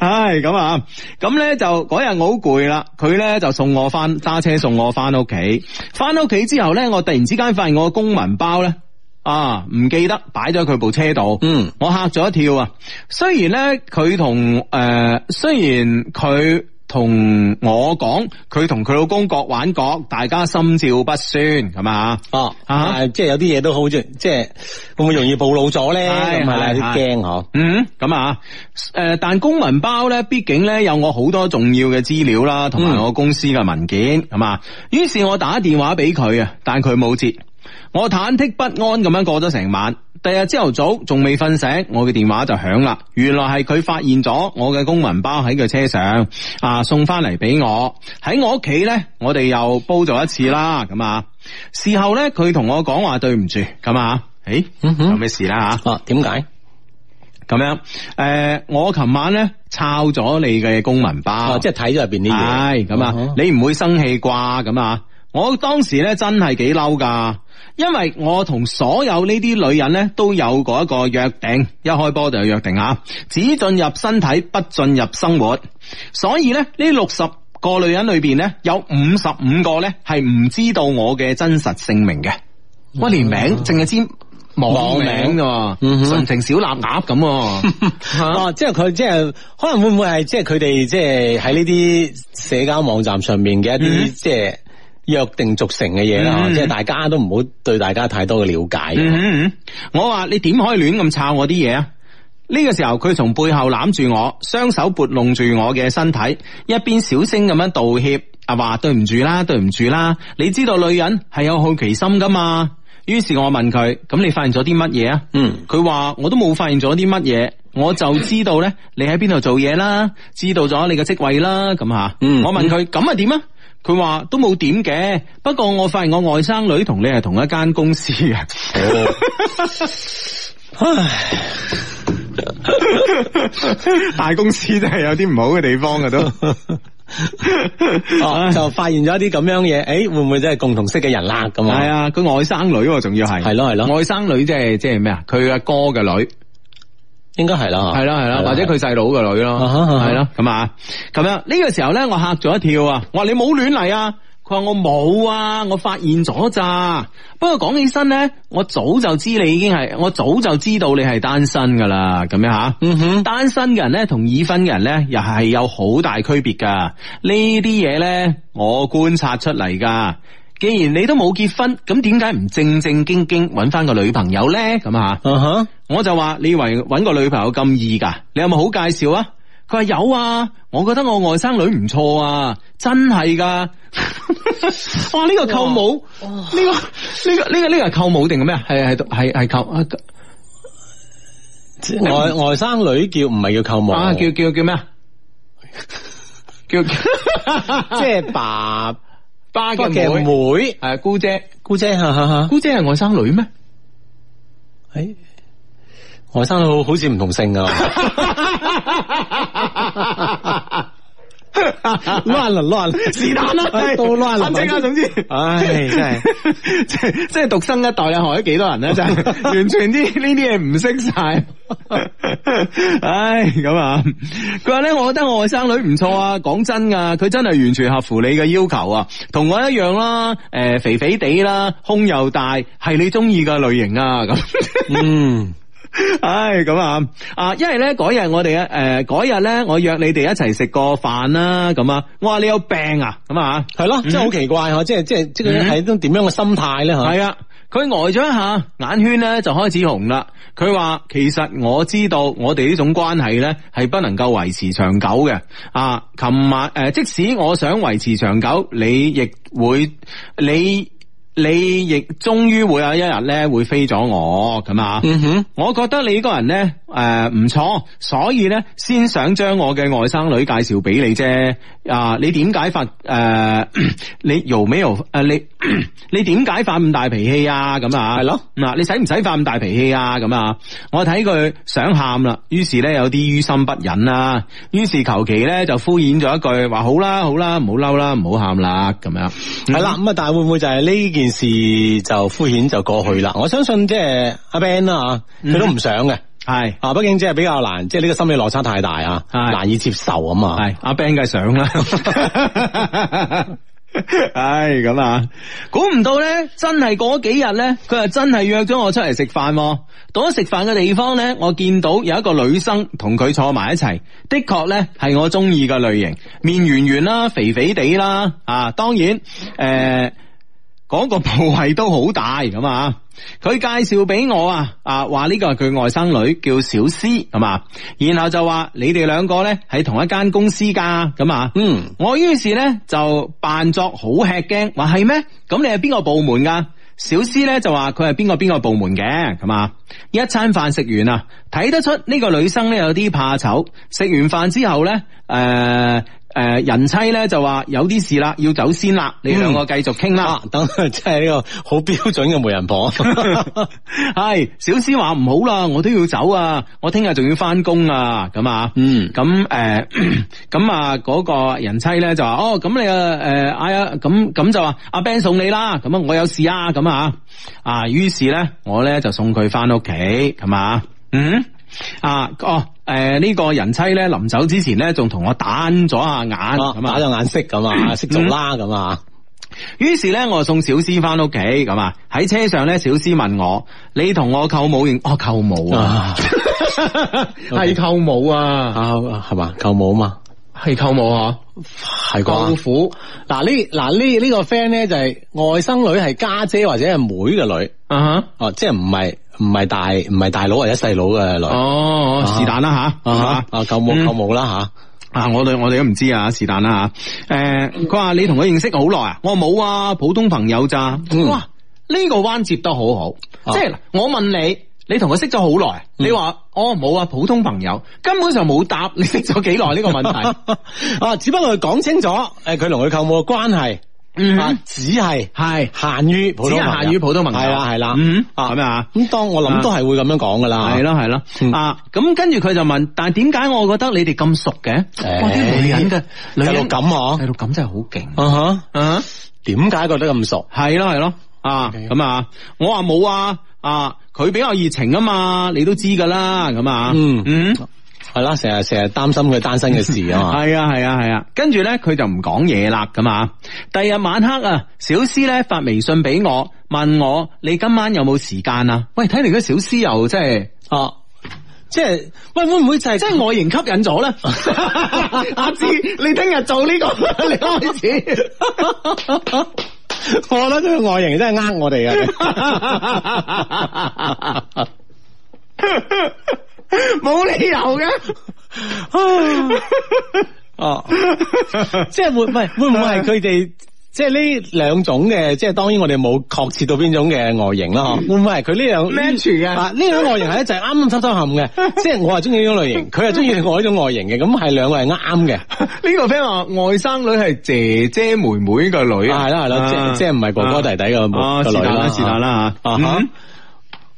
唉，咁啊，咁咧就嗰日我好攰啦，佢咧就送我翻揸車送我翻屋企，翻屋企之後咧，我突然之間發現我嘅公文包咧啊唔記得擺咗佢部車度， 嗯，我吓咗一跳啊！雖然咧佢同誒，雖然佢同我講佢同佢老公各玩各，大家心照不宣咁啊！哦，啊啊，即係有啲嘢都好似，即係會唔會容易暴露咗咧？係咁係有啲係驚嗬。嗯，咁啊，誒、但公文包咧，畢竟咧有我好多重要嘅資料啦，同埋我公司嘅文件，咁啊、於是我打電話俾佢啊，但佢冇接，我忐忑不安咁樣過咗成晚。第日朝頭早仲未瞓醒，我嘅電話就響啦。原來係佢發現咗我嘅公文包喺佢車上，啊送翻嚟俾我。喺我屋企呢，我哋又煲咗一次啦。咁啊，事後呢，佢同我講話對唔住，咁啊，誒、嗯哼有咩事啦啊吓？哦，點解？咁樣，诶、我琴晚咧抄咗你嘅公文包，哦，即係睇咗入邊啲係嘢。咁啊嗯，你唔會生氣啩咁啊？我當時咧真係幾嬲噶，因為我同所有呢啲女人咧都有過一個約定，一開波就有約定啊，只進入身體，不進入生活。所以咧，呢六十個女人裏邊咧，有五十五個咧係唔知道我嘅真實姓名嘅，我連名淨係知網名噶，嗯嗯哼純情小臘鴨咁喎。 哦，即係佢即係可能會唔會係即係佢哋即係喺呢啲社交網站上面嘅一啲嗯即係約定俗成嘅嘢啦，哦嗯即係大家都唔好對大家太多嘅了解。嗯嗯嗯，我話你點可以亂咁抄我啲嘢啊？呢個時候佢從背後攬住我，雙手撥弄住我嘅身體，一邊小聲咁樣道歉，啊話對唔住啦，對唔住啦，你知道女人係有好奇心噶嘛。於是我問佢：咁你發現咗啲乜嘢啊？嗯，佢話我都冇發現咗啲乜嘢，我就知道咧你喺邊度做嘢啦，知道咗你嘅職位啦，咁吓。嗯我問佢咁啊點啊？佢話都冇點嘅，不過我發現我外甥女同你係同一間公司啊嘅。哦大公司真係有啲唔好嘅地方嘅都。 哦，就發現咗一啲咁樣嘢，誒，會唔會真係共同識嘅人啦？咁系，啊，佢外甥女喎，仲要係係咯係咯外甥女即係即係咩啊？佢阿哥嘅女，係應該係啊啦，啦係啦，或者佢細佬嘅女咯，啊哈啊哈係咯咁啊，咁樣呢個時候咧，我嚇咗一跳啊！我話你冇亂嚟啊！佢話我冇啊，我發現咗咋。不過講起身咧，我早就知你已經係，我早就知道你係單身噶啦，咁樣吓。嗯哼，單身嘅人咧同已婚嘅人咧，又係有好大區別噶。呢啲嘢咧，我觀察出嚟噶。既然你都冇結婚，咁點解唔正正經經揾翻個女朋友咧？咁啊，啊哈，我就話你以為揾個女朋友咁易噶？你有冇好介紹啊？佢話有啊，我覺得我外甥女唔錯啊，真係噶。 哇！呢、個舅母，呢、個呢、個呢、個呢、個係舅母定係咩啊？係係係係舅啊外外甥女叫唔係叫舅母啊！叫叫叫咩啊？叫即 即係係爸 爸爸嘅嘅妹，妹，係姑姐，姑姐，哈哈哈。姑姐係外甥女咩？诶，外甥女好似唔同姓啊！ 亂啦亂啦，是但啦，哎都亂啦，反正啊，總之，唉，真係 即係即係獨生一代啊，害咗幾多人咧？真 係完全啲呢啲嘢唔識晒。唉，咁啊，佢話咧，我覺得我外甥女唔錯啊。講真噶，佢真係完全合乎你嘅要求啊，同我一樣啦，诶、肥肥地啦，胸又大，係你中意嘅類型啊，咁。嗯， 唉，咁啊，啊，因為咧嗰日我哋啊，诶，嗰日咧我約你哋一齊食個飯啦，咁啊，我話你有病啊，咁啊，係咯，真係好奇怪嗬！即係即係即係係一種點樣嘅心態咧吓？係嗯啊，佢呆咗一下，眼圈咧就開始紅啦。佢話其實我知道我哋呢種關係咧係不能夠維持長久嘅。啊，琴晚诶、呃即使我想維持長久，你亦會你。你亦終於會有一日咧會飛咗我咁啊！嗯哼，我覺得你呢個人呢，诶唔錯，所以呢，先想將我嘅外甥女介紹俾你啫。啊，你點解發诶、呃 你有没有诶、你 你點解發咁大脾氣啊？咁啊，係咯，嗱，你使唔使發咁大脾氣啊？咁啊，我睇佢想喊啦，於是呢，有啲於心不忍啦，於是求其呢，就敷衍咗一句話：好啦，好啦，唔好嬲啦，唔好喊啦，咁樣係嗯啦，咁啊，但係會唔會就係呢件事就敷衍就過去啦？我相信即係阿 Ben 啦吓，嗯佢都唔想嘅。係啊，畢竟即係比較難，即係呢個心理落差太大啊，係難以接受啊嘛。系阿 Ben 嘅相啦。 唉，咁啊，估唔到咧，真係過咗幾日咧，佢又真係約咗我出嚟食飯喎。到咗食飯嘅地方咧，我見到有一個女生同佢坐埋一齊，的確咧係我中意嘅類型，面圓圓啦，肥肥地啦，啊，當然诶。呃嗰個部位都好大咁啊！佢介紹俾我啊，啊話呢個係佢外甥女叫小思咁啊，然後就話你哋兩個咧喺同一間公司㗎咁啊，嗯，我於是咧就扮作好吃驚，話係咩？咁你係邊個部門㗎？小思咧就話佢係邊個邊個部門嘅咁啊，一餐飯食完啊，睇得出呢個女生咧有啲怕醜。食完飯之後咧，誒、誒、人妻咧就話有啲事啦，要走先啦，你兩個繼續傾啦。啊，等 即係呢個好標準嘅媒 人婆。啊啊系小思话唔好啦，我都要走啊，我听日仲要翻工啊，咁啊，嗯咁诶， 咁啊嗰個人妻咧就話：哦，咁你啊诶，哎呀，咁咁就話阿 Ben 送你啦，咁啊我有事啊，咁啊啊，於是咧我咧就送佢翻屋企，咁啊，嗯啊哦。诶，呢、個人妻咧，臨走之前咧，仲同我單咗下眼，啊咁啊打咗眼色 咁啊，識做啦咁啊，於是咧，我送小詩翻屋企咁啊。喺車上咧，小詩問我：你同我舅母認？哦，舅母啊， 啊係舅母啊，啊係嘛，舅母嘛，係舅母啊，係舅啩？父嗱呢嗱呢呢個 friend 咧就係外甥女係家姐或者係妹嘅女，啊哈，哦，即係唔係唔係大唔係大佬或者細佬嘅女。哦，是但啦吓，啊啊，舅母嗯舅母啦啊！我哋我哋都唔知啊，是但啦吓。诶、佢話你同佢認識好耐啊？我話冇啊，普通朋友咋？嗯哇，呢、個彎接得好好，啊即係我問你。你同佢識咗好耐，你話哦冇啊，普通朋友，根本上冇答你識咗幾耐呢個問題。吓， 啊，只不過講清楚，诶，佢同佢舅母嘅關係嗯啊，只係係限於普只通朋友係限於普通朋友，係啦係啦，嗯啊咁啊。咁當我諗都係會咁樣講噶啦，系，咯系咯嗯，啊咁跟住佢就問，但系点解我覺得你哋咁熟嘅？哇！啲女人嘅女細佬人咁嗬細佬咁真係好勁啊哈，啊！點解覺得咁熟？係咯係咯啊 OK 咁啊，我話冇啊啊，佢比較熱情啊嘛，你都知噶啦咁啊，嗯嗯。係啦，成日成日擔心佢單身嘅事啊嘛， 係啊係啊係啊，跟住咧佢就唔講嘢啦咁啊。第日晚黑啊，小詩咧發微信俾我，問我你今晚有冇時間啊？喂，睇嚟嗰小詩又真係〜啊，即係喂會唔會就係即系外形吸引咗 咧。阿芝，你聽日做呢、個， 你開始。我覺得佢外形真係呃我哋嘅。啊 冇理由嘅，哦， 即系 会唔系会唔会系佢哋？即系呢兩種嘅，即係當然我哋冇確切到邊種嘅外形 啦，嗬。會唔會係佢呢兩 Match 嘅啊？呢種外形係一就係啱啱收收冚 嘅，即係我係中意呢種類型，佢係中意我呢種外形嘅，咁係兩個係啱嘅， 呢個 friend 話外甥女係姐姐妹妹個女啊，係啦係啦，即係即係唔係哥哥弟弟嘅啊個是女但啦，是但啦吓，啊嗯哈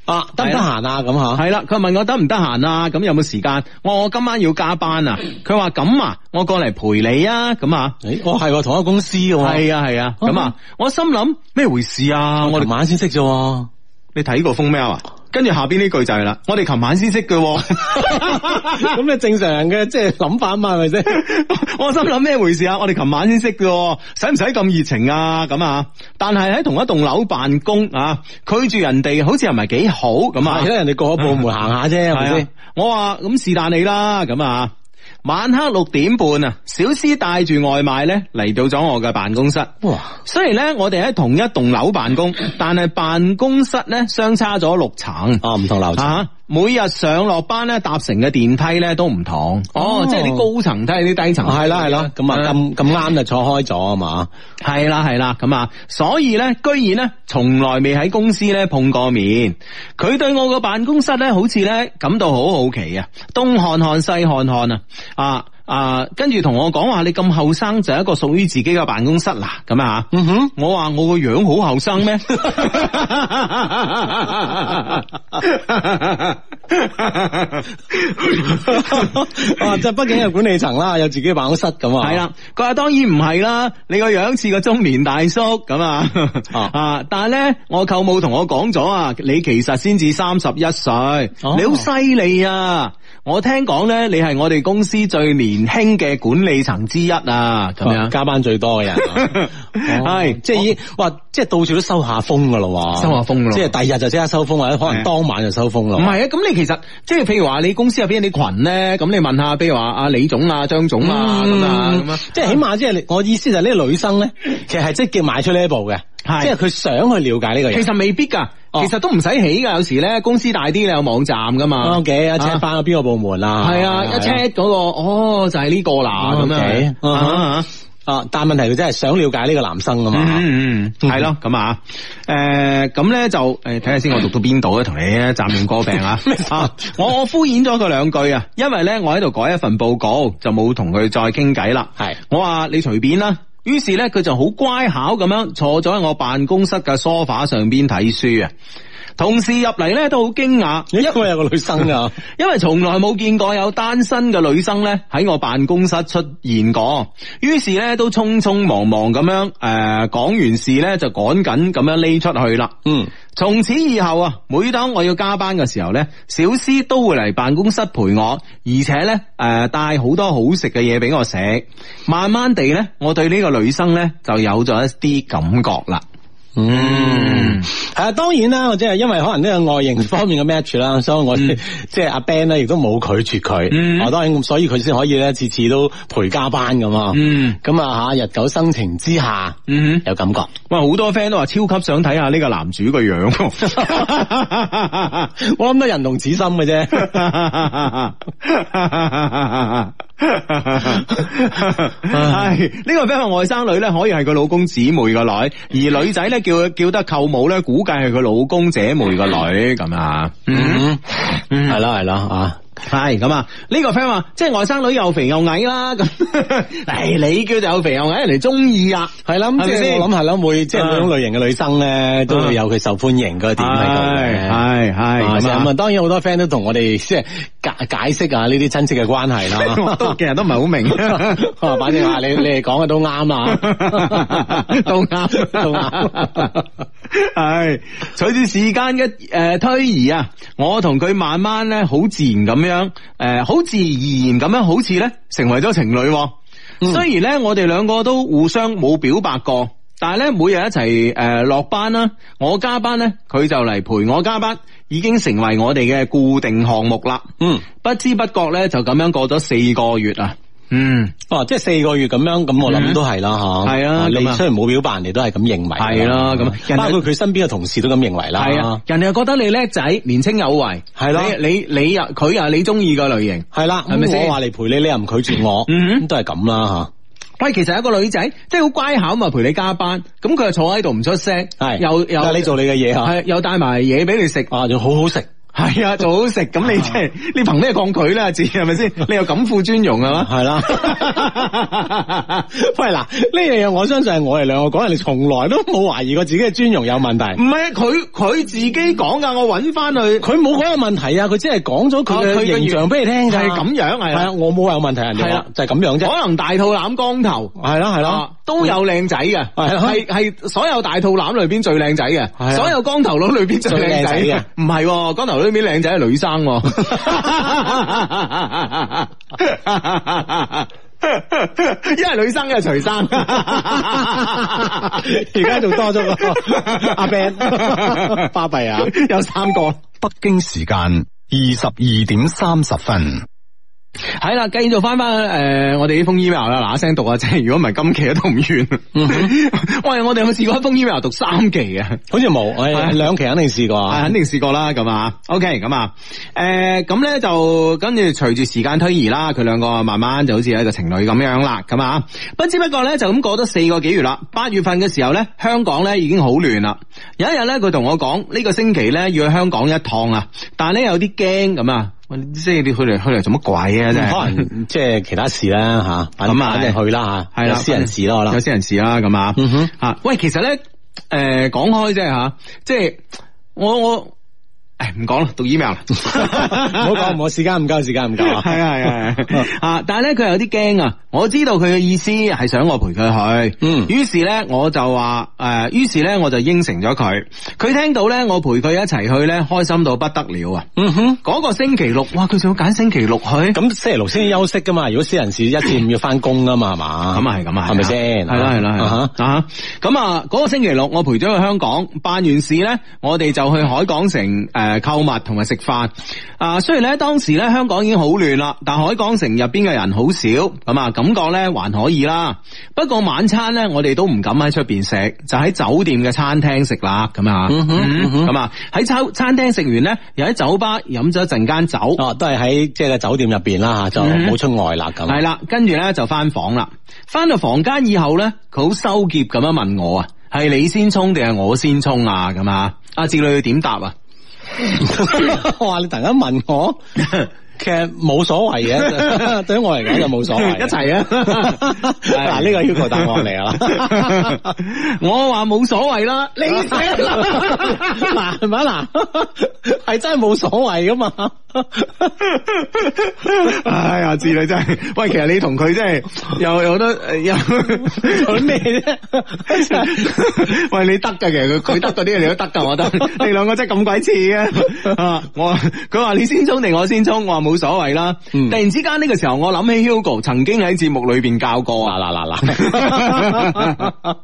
啊，得唔得閒啊？咁嚇系啦，佢問我得唔得閒啊？咁有冇時間？我話我今晚要加班啊。佢話咁啊，我過嚟陪你啊。咁啊，誒我係喎同一個公司嘅喎，係啊係啊。咁啊，我心諗咩回事啊？我我哋哋晚先識啫 喎。你睇過封 mail 啊？跟住下邊呢句就係啦，我哋琴晚先識嘅喎。 咁你正常人嘅即係諗法啊嘛，係咪先？我心諗咩回事啊？我哋琴晚先識嘅喎，使唔使咁熱情啊？咁啊，但係喺同一棟樓辦公啊，拒絕人哋好似又唔係幾好咁啊係。啦，人哋過個部門行下啫，係咪係先啊？，我話咁是但你啦，咁啊。晚黑六點半啊，小詩帶住外賣咧嚟到咗我嘅辦公室。哇！雖然咧我哋喺同一棟樓辦 公，但係辦公室咧相差咗六層。啊，唔同樓層。啊！每日上落班咧搭乘嘅電梯咧都唔同，哦即係啲高層梯、啲低層係啦係啦，咁啊嗯咁咁啱就錯開咗啊嘛，係啦係啦咁啊，所以咧居然咧從來未喺公司咧碰過面，佢對我個辦公室咧好似咧感到好好奇啊，東看看西看看啊啊啊，跟住同我講話你咁後生就有一個屬於自己嘅辦公室啦，咁啊，嗯哼，我話我個樣好後生咩？啊，即係畢竟有管理層啦，有自己嘅辦公室咁啊，系，啦，佢話當然唔係啦，你個樣似個中年大叔咁啊啊 啊！但係咧，我舅母同我講咗啊，你其實先至三十一歲，哦你好犀利啊！我聽講咧，你係我哋公司最年輕嘅管理層之一啊，咁哦咁樣樣。加班最多嘅人 啊，係係即係已哇，即係到處都收下風噶咯，收下風㗎咯即係第二日就即刻收風，或者可能當晚就收風咯，唔係啊，咁你其實即係譬如話你公司入邊啲群咧，咁你問下，譬如話阿李總啊、張總啊咁啊咁啊，嗯即係起碼即係我意思就係呢個女生咧，其實係積極邁出呢一步嘅，係即係佢想去了解呢個人其。實未必㗎，哦其實都唔使起㗎，有時咧公司大啲你有網站㗎嘛。 O K，一 check 啊翻去邊個部門啦？系啊，一係 check 嗰個，哦，就係呢個啦，咁哦 OK，樣啊，啊，但係問題佢真係想了解呢個男生啊嘛，嗯嗯，係咯，咁啊，诶，咁咧就诶，睇下先，我讀到邊度啊，同你啊暫亂歌病 啊，啊我我敷衍咗佢兩句啊，因為咧我喺度改一份報告，就冇同佢再傾偈啦。係我話你隨便啦。於是咧，佢就好乖巧咁樣坐咗喺我辦公室嘅梳化上邊睇書啊。同事入嚟咧都好驚訝，因為有個女生 啊，因為從來冇見過有單身嘅女生咧喺我辦公室出現過，於是咧都匆匆忙忙咁樣诶講完事咧就趕緊咁樣匿出去啦。嗯，從此以後啊，每當我要加班嘅時候咧，小诗都會嚟辦公室陪我，而且咧诶带好多好食嘅嘢俾我食。慢慢地咧，我對呢個女生咧就有咗一啲感覺啦。嗯，系啊，當然啦，我即係因為可能呢個外形方面嘅 match 啦，所以我即係阿 Ben 咧，亦都冇拒絕佢。哦嗯我當然，所以佢先可以咧，次次都陪加班咁啊。嗯咁啊吓，日久生情之下嗯哼，有感覺。 哇！好多 friend 都話超級想睇下呢個男主個樣喎。 我諗都人同此心嘅啫。系呢個 friend 話外甥女咧，可以係佢老公姊妹個女，而女仔咧叫佢叫得舅母咧，估計係佢老公姐妹個女咁啊。嗯，係啦係啦啊，系咁啊！呢、個 friend 話，即係外甥女又肥又矮啦， 咁唉，你叫就又肥又矮，人哋中意啊，係啊啦，咁係即咪係先我諗係啦，每即係每種類型嘅女生咧，都會有佢受歡迎嗰個點喺度嘅。啊係係咁咁 啊，啊！當然好多 friend 都同我哋 即係解解釋啊呢啲親戚嘅關係我都 啦。其實都唔係好 明。啊反正話你你哋講嘅都啱 啊，都啱，都 啱。系隨住時間嘅诶推移啊，我同佢慢慢咧好自然咁樣，诶、好自然咁樣，好似咧成為咗情侶喎。雖然咧我哋兩個都互相冇表白過，但係咧每日一齊诶落班啦，我加班咧佢就嚟陪我加班，已經成為我哋嘅固定項目啦。嗯，不知不覺咧就咁樣過咗四個月啊。嗯。哦，即係四個月咁樣，咁我諗都係啦吓。係嗯啊你咁啊雖然冇表白，人哋都係咁認為㗎。係啦咁人哋包括佢身邊嘅同事都咁認為啦。系啊，，人哋又覺得你叻仔，年青有為，係咯你你你又佢又係你中意嘅類型。係啦，係咪咁先我話嚟陪你，你又唔拒絕我，嗯咁都係咁啦喂，其實一個女仔即係好乖巧嘛，陪你加班，咁佢又坐喺度唔出聲，吓。係又但又係你做你嘅嘢吓，係又帶埋嘢俾你食，啊，仲好好食。係啊，做好食，咁你即係你憑咩抗拒咧？自係咪 先？你又錦富尊容係嘛？係啦，喂嗱，呢樣嘢我相信係我哋兩個講，人哋從來都冇懷疑過自己嘅尊容有問題。唔係啊，佢佢自己講噶，我揾翻佢，佢冇嗰個問題啊，佢只係講咗佢啊佢嘅嘅形象俾你聽㗎，係咁樣係係啊，啦，我冇有問題，人哋係話啦就係咁樣啫。可能大肚腩光頭。係啦係啦啊，都有靚仔嘅，係啊係係所有大肚腩裏邊最靚仔係啊嘅，所有光頭佬裏邊最靚仔最靚仔嘅嘅，唔係喎，光頭佬裏邊靚仔係女生 喎。一係女生，一係徐生，而家仲多咗個 阿 Ben，巴閉啊！有三個。北京時間二十二點三十分。係啦，繼續翻翻诶，呃我哋呢封 email 啦，嗱嗱聲讀啊，即係如果唔係今期都讀唔嗯完。 喂，我哋有冇試過一封 email 讀三期嘅？好似冇，係誒兩期肯定試過啊，啊。肯定試過啦，咁啊，OK，咁啊，誒，咁咧就跟住隨住時間推移啦，佢兩個慢慢就好似一個情侶咁樣啦，咁啊，不知不覺咧就咁過咗四個幾月啦。八月份嘅時候咧，香港咧已經好亂啦。有一日咧，佢同我講呢個星期咧要去香港一趟啊，但係咧有啲驚咁啊，喂即係你去嚟去嚟做乜鬼啊？真係嗯可能即係其他事啦吓，反咁啊反正去啦吓，係啦有私人事啦，可能有。些人士啦，咁啊，嗯哼啊，喂，其實咧，诶、呃，讲开啫吓，即係我我，诶，唔講啦，讀 email 啦，唔 唔好講，唔好時間唔夠，時間唔 夠系 啊。啊系啊係啊啊！但系咧佢有啲驚啊，我知道佢嘅意思係想我陪佢去，嗯於是咧我就話诶，呃於是咧我就應承咗佢，佢聽到咧我陪佢一齊去咧，開心到不得了啊！嗯哼，嗰、個星期六，哇！佢仲要揀星期六去，咁咁星期六先休息噶嘛，如果私人事一至五要翻工噶嘛，係嘛？咁啊係咁啊，係咪先？係啦係啦係啊哈啦啊！咁啊，嗰個星期六我陪咗去香港辦完事咧，我哋就去海港城誒購物同埋食飯。啊，雖然咧當時咧香港已經好亂啦，但海港城入邊嘅人好少，咁啊感覺咧還可以啦。不過晚餐咧我哋都唔敢喺出邊食，就喺酒店嘅餐廳食啦。咁啊，嗯哼嗯哼咁啊喺餐餐廳食完咧，又喺酒吧飲咗一陣間酒。哦，都係喺即係個酒店入边啦吓，就嗯冇出外啦咁。系 啦，跟住咧就翻房啦。翻到房間以後咧，佢好羞澀咁樣問我啊，係你先衝定係我先衝啊？咁啊，阿志女點答啊？我話你突然間問我，其實冇所謂嘅， 對於我嚟講就冇所 一謂。齊啊 嗱呢個要求答案嚟 㗎啦。我話冇所謂啦，你 寫啦。嗱係咪啊嗱，係真係冇所謂噶嘛。唉，阿志女真係，喂，其實你同佢真 係又有得有佢咩啫？ 喂，你得噶，其實佢佢得嗰啲你都得噶，我覺 得你兩個真係咁鬼似嘅。啊，我佢話你先衝定我先衝，我話冇所謂啦。嗯突然之間呢個時啊候，我諗起 Hugo 曾經喺節目裏邊教過嗱啊。 嗱嗱嗱，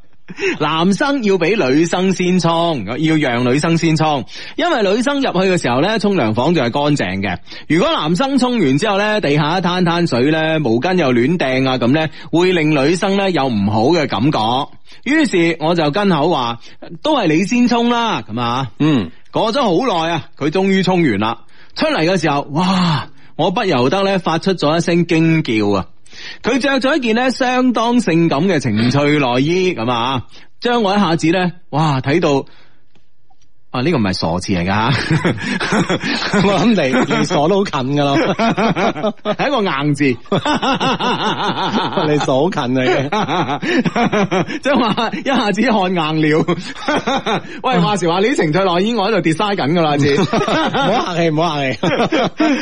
男生要俾女生先沖，要讓女生先沖，因為女生入去嘅時候咧，沖涼房仲係乾淨嘅。如果男生沖完之後咧，地下一灘灘水咧，毛巾又亂掟啊咁咧，會令女生咧有唔好嘅感覺。於是我就跟口話，都係你先沖啦，咁啊。嗯，過咗好耐啊，佢終於沖完啦。出嚟嘅時候，哇！我不由得咧發出咗一聲驚叫啊！佢着咗一件咧相當性感嘅情趣內衣咁啊，將我一下子咧，哇！睇到啊，呢、個唔係傻字嚟 噶，我諗離離傻都好近噶咯，係一個硬字， 離傻好近啊嚟 嘅。即係話一下子汗硬了。 喂，話時話你啲情趣內衣我喺度 design 緊噶啦，知？唔 好客氣，唔 好客氣。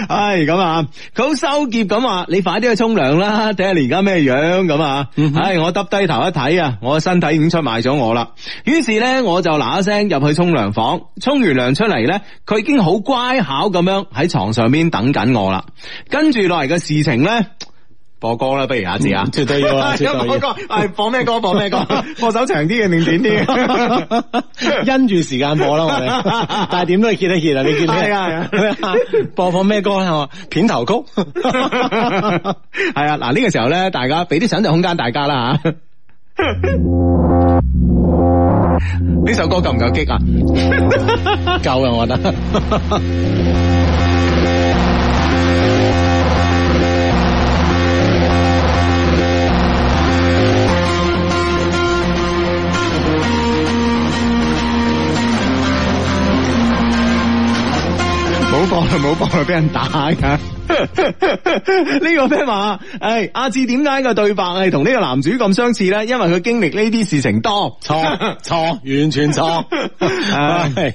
唉，咁啊，佢好羞澀咁話：你快啲去沖涼啦， 睇下你而家咩樣咁啊！嗯唉，我耷低頭一睇啊，我嘅身體已經出賣咗我啦。於是咧，我就嗱一聲入去沖涼房，沖完涼出嚟咧，佢已經好乖巧咁樣喺床上邊等緊我啦。跟住落嚟嘅事情咧。播歌啦，不如下次啊，絕對要啊絕對要 播歌，係播咩歌？播咩 歌？播首長啲嘅定短啲嘅？ 因住時間播啦，我哋，但係點都要歇一歇啊！你見咩？係啊係啊 播放咩歌啦？片頭曲，係啊，嗱呢個時候咧，大家俾啲想象空間大家啦吓。呢首歌夠唔夠激啊？夠啊！我覺得。冇播啦，冇播啦，俾人打噶。呢個 friend 話：，誒，阿志點解個對白係同呢個男主咁相似咧？因為佢經歷呢啲事情 多。錯錯，完全錯。 唉唉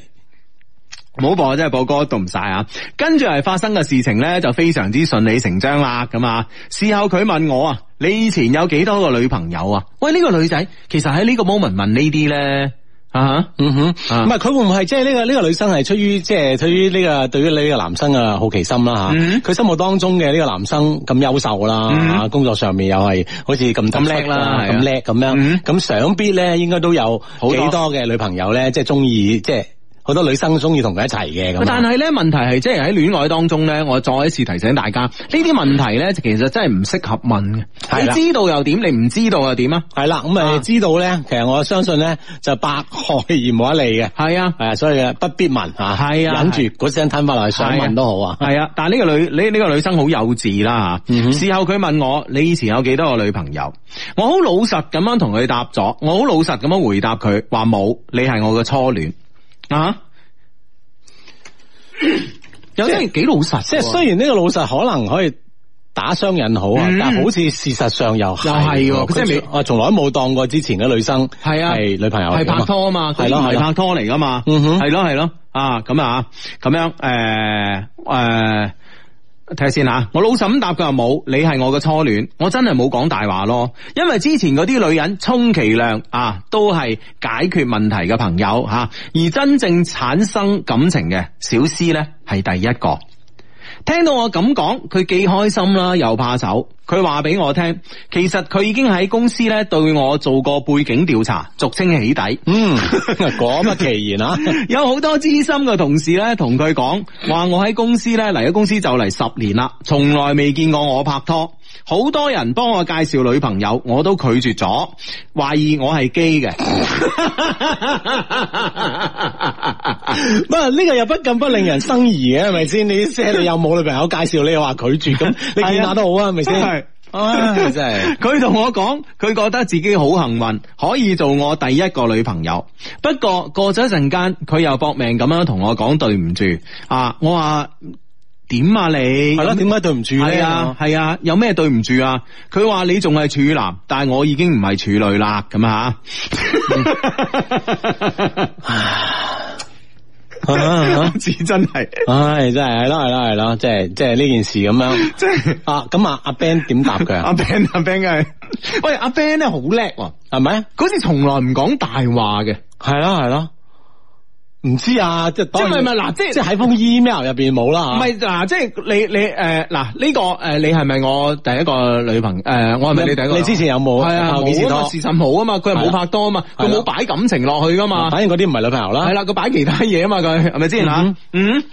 冇播真係播歌讀唔晒啊！跟住係發生嘅事情咧，就非常之順理成章啦咁啊！事後佢問我啊，你以前有幾多個女朋友啊？喂，呢、個女仔其實喺呢個 moment 問呢啲咧啊哈嗯哼，啊唔係佢會唔會係即係呢個呢個女生係出於即係出於呢個對於呢個男生嘅好奇心啦吓，嗯佢心目當中嘅呢個男生咁優秀啦，啊嗯工作上面又係好似咁咁叻啦係啊咁叻咁嗯樣，咁想必咧應該都有好好多幾多嘅女朋友咧，即係中意即係好多女生中意同佢一齊嘅咁。但係咧，問題係即係喺戀愛當中咧，我再一次提醒大家，呢啲問題咧，其實真係唔適合問係嘅。啦你知道又點？你唔知道又點啊？係啦，咁啊誒知道咧，其實我相信咧就百害而無一利嘅，係啊。係啊，所以啊不必問吓，係啊忍住嗰聲吞翻落去，想係啊問都好啊。係啊，但係呢個女呢呢、個女生好幼稚啦吓。嗯哼事後佢問我：你以前有幾多個女朋友？我好老實咁樣同佢答咗，我好老實咁樣回答佢話冇，你係我嘅初戀 啊。有啲係幾老實喎，即係雖然呢個老實可能可以打雙引號啊，嗯但好似事實上又又係喎即即係係你我從來都冇當過之前嘅女生係啊係女朋友嚟係㗎嘛拍拖啊嘛，係係咯咯，係係咯拍拖嚟噶嘛，嗯哼係咯係咯，啊咁啊，咁樣誒誒，睇下先啊吓，我老實咁答佢話冇，你係我嘅初戀，我真係冇講大話咯，因為之前嗰啲女人充其量啊都係解決問題嘅朋友吓、而真正產生感情嘅小思咧係第一個。聽到我咁講，佢既開心啦，又怕醜。佢話俾我聽，其實佢已經喺公司咧對我做過背景調查，俗稱起底。嗯， 果不其然 啊，有好多資深嘅同事咧，同佢講話我喺公司咧嚟咗公司就嚟十年啦，從來未見過我拍拖。好多人幫我介紹女朋友，我都拒絕咗，懷疑我係基嘅。不過呢個又不禁不令人生疑嘅，係咪先？你即係你有冇女朋友介紹，你又話拒絕 咁，你見下都好啊，係咪係先？唉，真係。佢同我講，佢覺得自己好幸運，可以做我第一個女朋友。不過過咗一陣間，佢又搏命咁樣同我講對唔住啊！我話點啊你？係咯，點解對唔住咧？係啊，係啊，有咩對唔住啊？佢話你仲係處男，但係我已經唔係處女啦，咁啊啊啊吓，似真係，唉，真係係啦，係啦，係啦，即係即係呢件事咁 樣即係啊。咁啊，阿 Ben 點答佢阿啊？ Ben 阿 Ben 係， 喂阿 Ben 咧好叻喎，係咪？嗰次從來唔講大話嘅，係啦，係啦。唔知啊，即係即係咪咪當然嗱即啊係即係喺封 email 入边冇啦，唔係嗱，即係你你诶嗱呢個诶，你係咪我第一個女朋诶？我係咪你第一個？你之前有冇係啊，拍過幾次冇啊嘛，拖事實冇啊嘛，佢係係冇啊拍拖啊嘛，佢係啦冇擺感情落去噶嘛。啊反正嗰啲唔係女朋友啦，系啦，佢擺其他嘢啊嘛，佢係咪先吓嗯？嗯。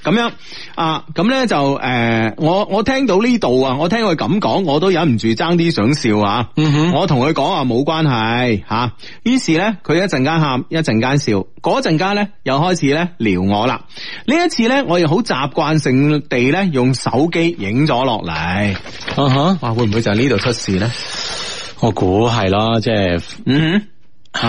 咁樣啊，咁咧就诶、呃我我聽到呢度啊，我聽佢咁講，我都忍唔住爭啲想笑啊！嗯哼我同佢講話冇關係吓、啊，於是咧佢一陣間喊，一陣間笑，嗰陣間咧又開始咧撩我啦。呢一次咧，我又好習慣性地咧用手機影咗落嚟，啊哈，哇，會唔會就係呢度出事咧？我哦估係啦，即係嗯哼，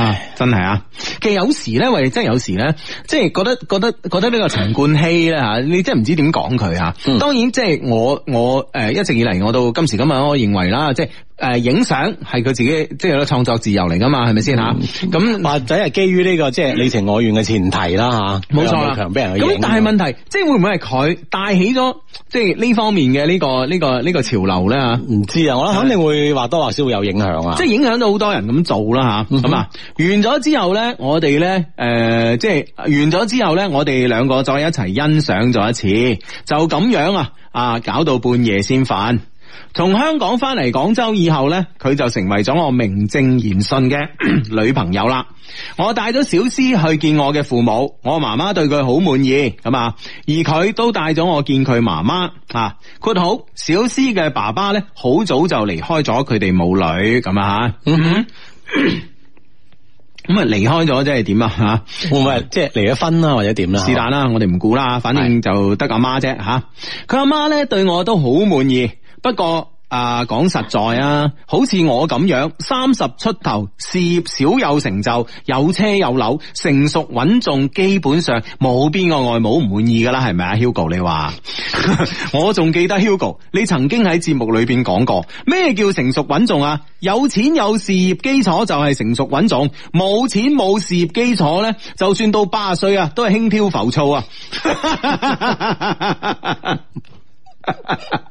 啊，真系啊！其實有時咧，喂，真係有時咧，即係覺得覺得覺得呢個陳冠希咧吓，你真係唔知點講佢吓。嗯當然，即係我我诶、呃一直以嚟，我到今時今日，我認為啦，即係诶影相係佢自己即係有創作自由嚟噶嘛，係咪先嗯吓？咁或者係基於呢個即係你情我願嘅前提啦吓，冇錯啦，強俾人去咁影啊但係問題，即係會唔會係佢帶起咗即係呢方面嘅呢、個呢、個呢、個潮流咧吓？唔知啊，我諗肯定會或多或少會有影響啊，即係影響到好多人咁做啦吓，嗯哼咁啊、完咗之後咧，我哋咧诶，即係完咗之後咧，我哋兩個再一齊欣賞咗一次，就咁樣啊啊，搞到半夜先瞓。從香港翻嚟廣州以後呢，佢就成為咗我名正言順嘅 女朋友啦。我帶咗小詩去見我嘅父母，我媽媽對佢好滿意咁啊，而佢都帶咗我見佢媽媽啊。括號小詩嘅爸爸呢，好早就離開咗佢哋母女咁啊吓。嗯咁啊，離開咗即係點啊吓？會唔會係即係離咗婚啊啦，或者點啦？是但啦，我哋唔估啦，反正就得阿媽啫吓。佢阿媽咧對我都好滿意，不過啊講實在啊，好似我咁樣三十出頭，事業少有成就，有車有樓，成熟穩重，基本上哦冇邊個外母唔滿意噶啦，係咪啊，Hugo？你話 我仲記得 Hugo，你曾經喺節目裏邊講過，咩叫成熟穩重啊？有錢有事業基礎就係成熟穩重，冇錢冇事業基礎咧，就算到八十歲啊，都係輕佻浮躁啊！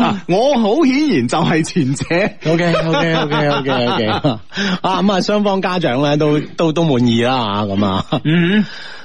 啊我好顯然就係前者。 O K O K O K O K O K 啊咁啊，雙方家長咧都都都滿意啦咁啊，嗯，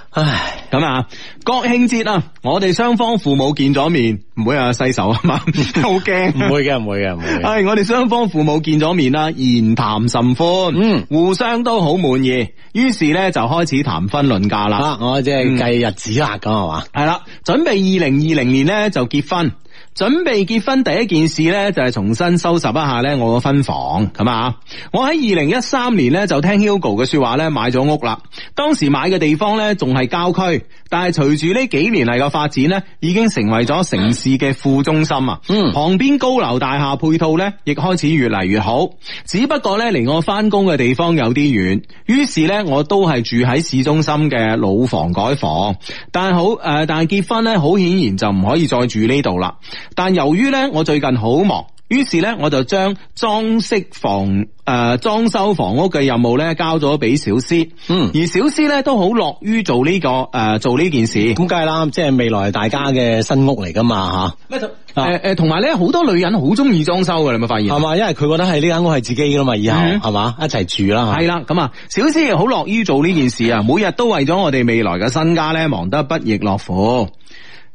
唉，咁啊，國慶節啊，我哋雙方父母見咗面，唔會啊洗手啊 嘛，好驚。唔會嘅唔會嘅唔 會嘅，系我哋雙方父母見咗面啦，言談甚歡，嗯互相都好滿意，於是咧就開始談婚論嫁啦。啊我即係計日子啦咁啊係嘛，係啦，準備二零二零年咧就結婚。準備結婚第一件事咧，就係重新收拾一下咧我個婚房咁啊！我喺二零一三年咧就聽 Hugo 嘅說話咧買咗屋啦。當時買嘅地方咧仲係郊區，但係隨住呢幾年嚟嘅發展咧，已經成為咗城市嘅副中心啊！嗯旁邊高樓大廈配套咧亦開始越嚟越好，只不過咧離我翻工嘅地方有啲遠，於是咧我都係住喺市中心嘅老房改房，但係好誒、呃但係結婚咧好顯然就唔可以再住呢度啦。但由於咧我最近好忙。於是咧，我就將裝飾房誒、呃、裝修房屋嘅任務咧交咗俾小詩，嗯而小詩咧都好樂於做呢、個誒、呃做呢件事。咁梗係啦，即係未來大家嘅新屋嚟噶嘛咩？誒啊誒，呃同埋咧，好多女人好中意裝修嘅，你有冇發現吓，？係嘛？因為佢覺得係呢間屋係自己噶嘛，以後嗯係嘛一齊住啦，系啦，咁啊，小詩亦好樂於做呢件事啊，每日都為咗我哋未來嘅身家咧，忙得不亦樂乎。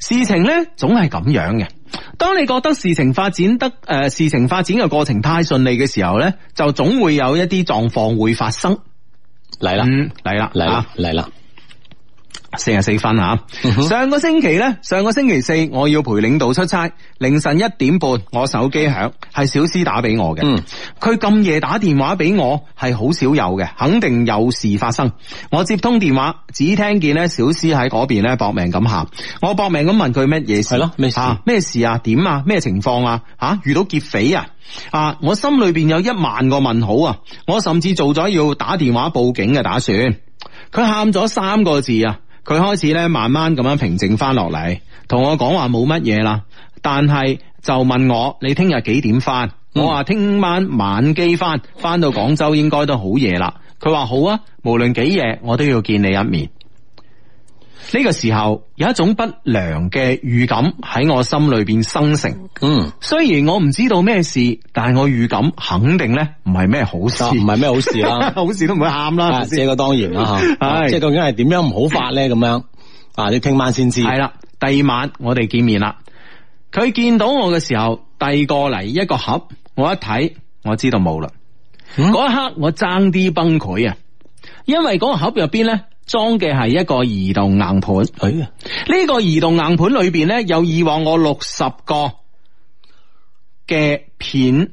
事情咧總係咁樣嘅。當你覺得事情發展得誒、呃事情發展嘅過程太順利嘅時候咧，就總會有一啲狀況會發生。嚟啦嗯，嚟啦，嚟啊啦嚟啦，四十四分啊！上個星期呢，上個星期四我要陪領導出差，凌晨一點半我手機響，係小詩打俾我嘅。嗯佢咁夜打電話俾我係好少有嘅，肯定有事發生。我接通電話，只聽見呢小詩喺嗰邊呢搏命咁喊，我搏命咁問佢乜嘢事？係咯咩事啊咩事啊？點啊？咩情況啊？吓、遇到劫匪啊？啊！我心裏邊有一萬個問號啊！我甚至做咗要打電話報警嘅打算。佢喊咗三個字啊！佢開始咧慢慢咁樣平靜翻落嚟，同我講話冇乜嘢啦，但係就問我你聽日幾點翻？嗯我話聽晚晚機翻，翻到廣州應該都好夜啦。佢話好啊，無論幾夜我都要見你一面。呢個時候有一種不良嘅預感喺我心裏邊生成。 嗯，雖然我唔知道咩事，但係我預感肯定咧唔係咩好事啊，唔係咩好事 啦，好事都唔會喊啦，係啊，咪先呢個當然啦吓，啊係即係究竟係點樣唔好法咧咁樣啊？你聽晚先知，係啦，第二晚我哋見面啦。佢見到我嘅時候，遞過嚟一個盒，我一睇，我知道冇啦。嗯嗰、一刻我爭啲崩潰啊，因為嗰個盒入邊咧裝嘅係一個移動硬盤，呢、哎呀，個移動硬盤裏邊咧有以往我六十個嘅片，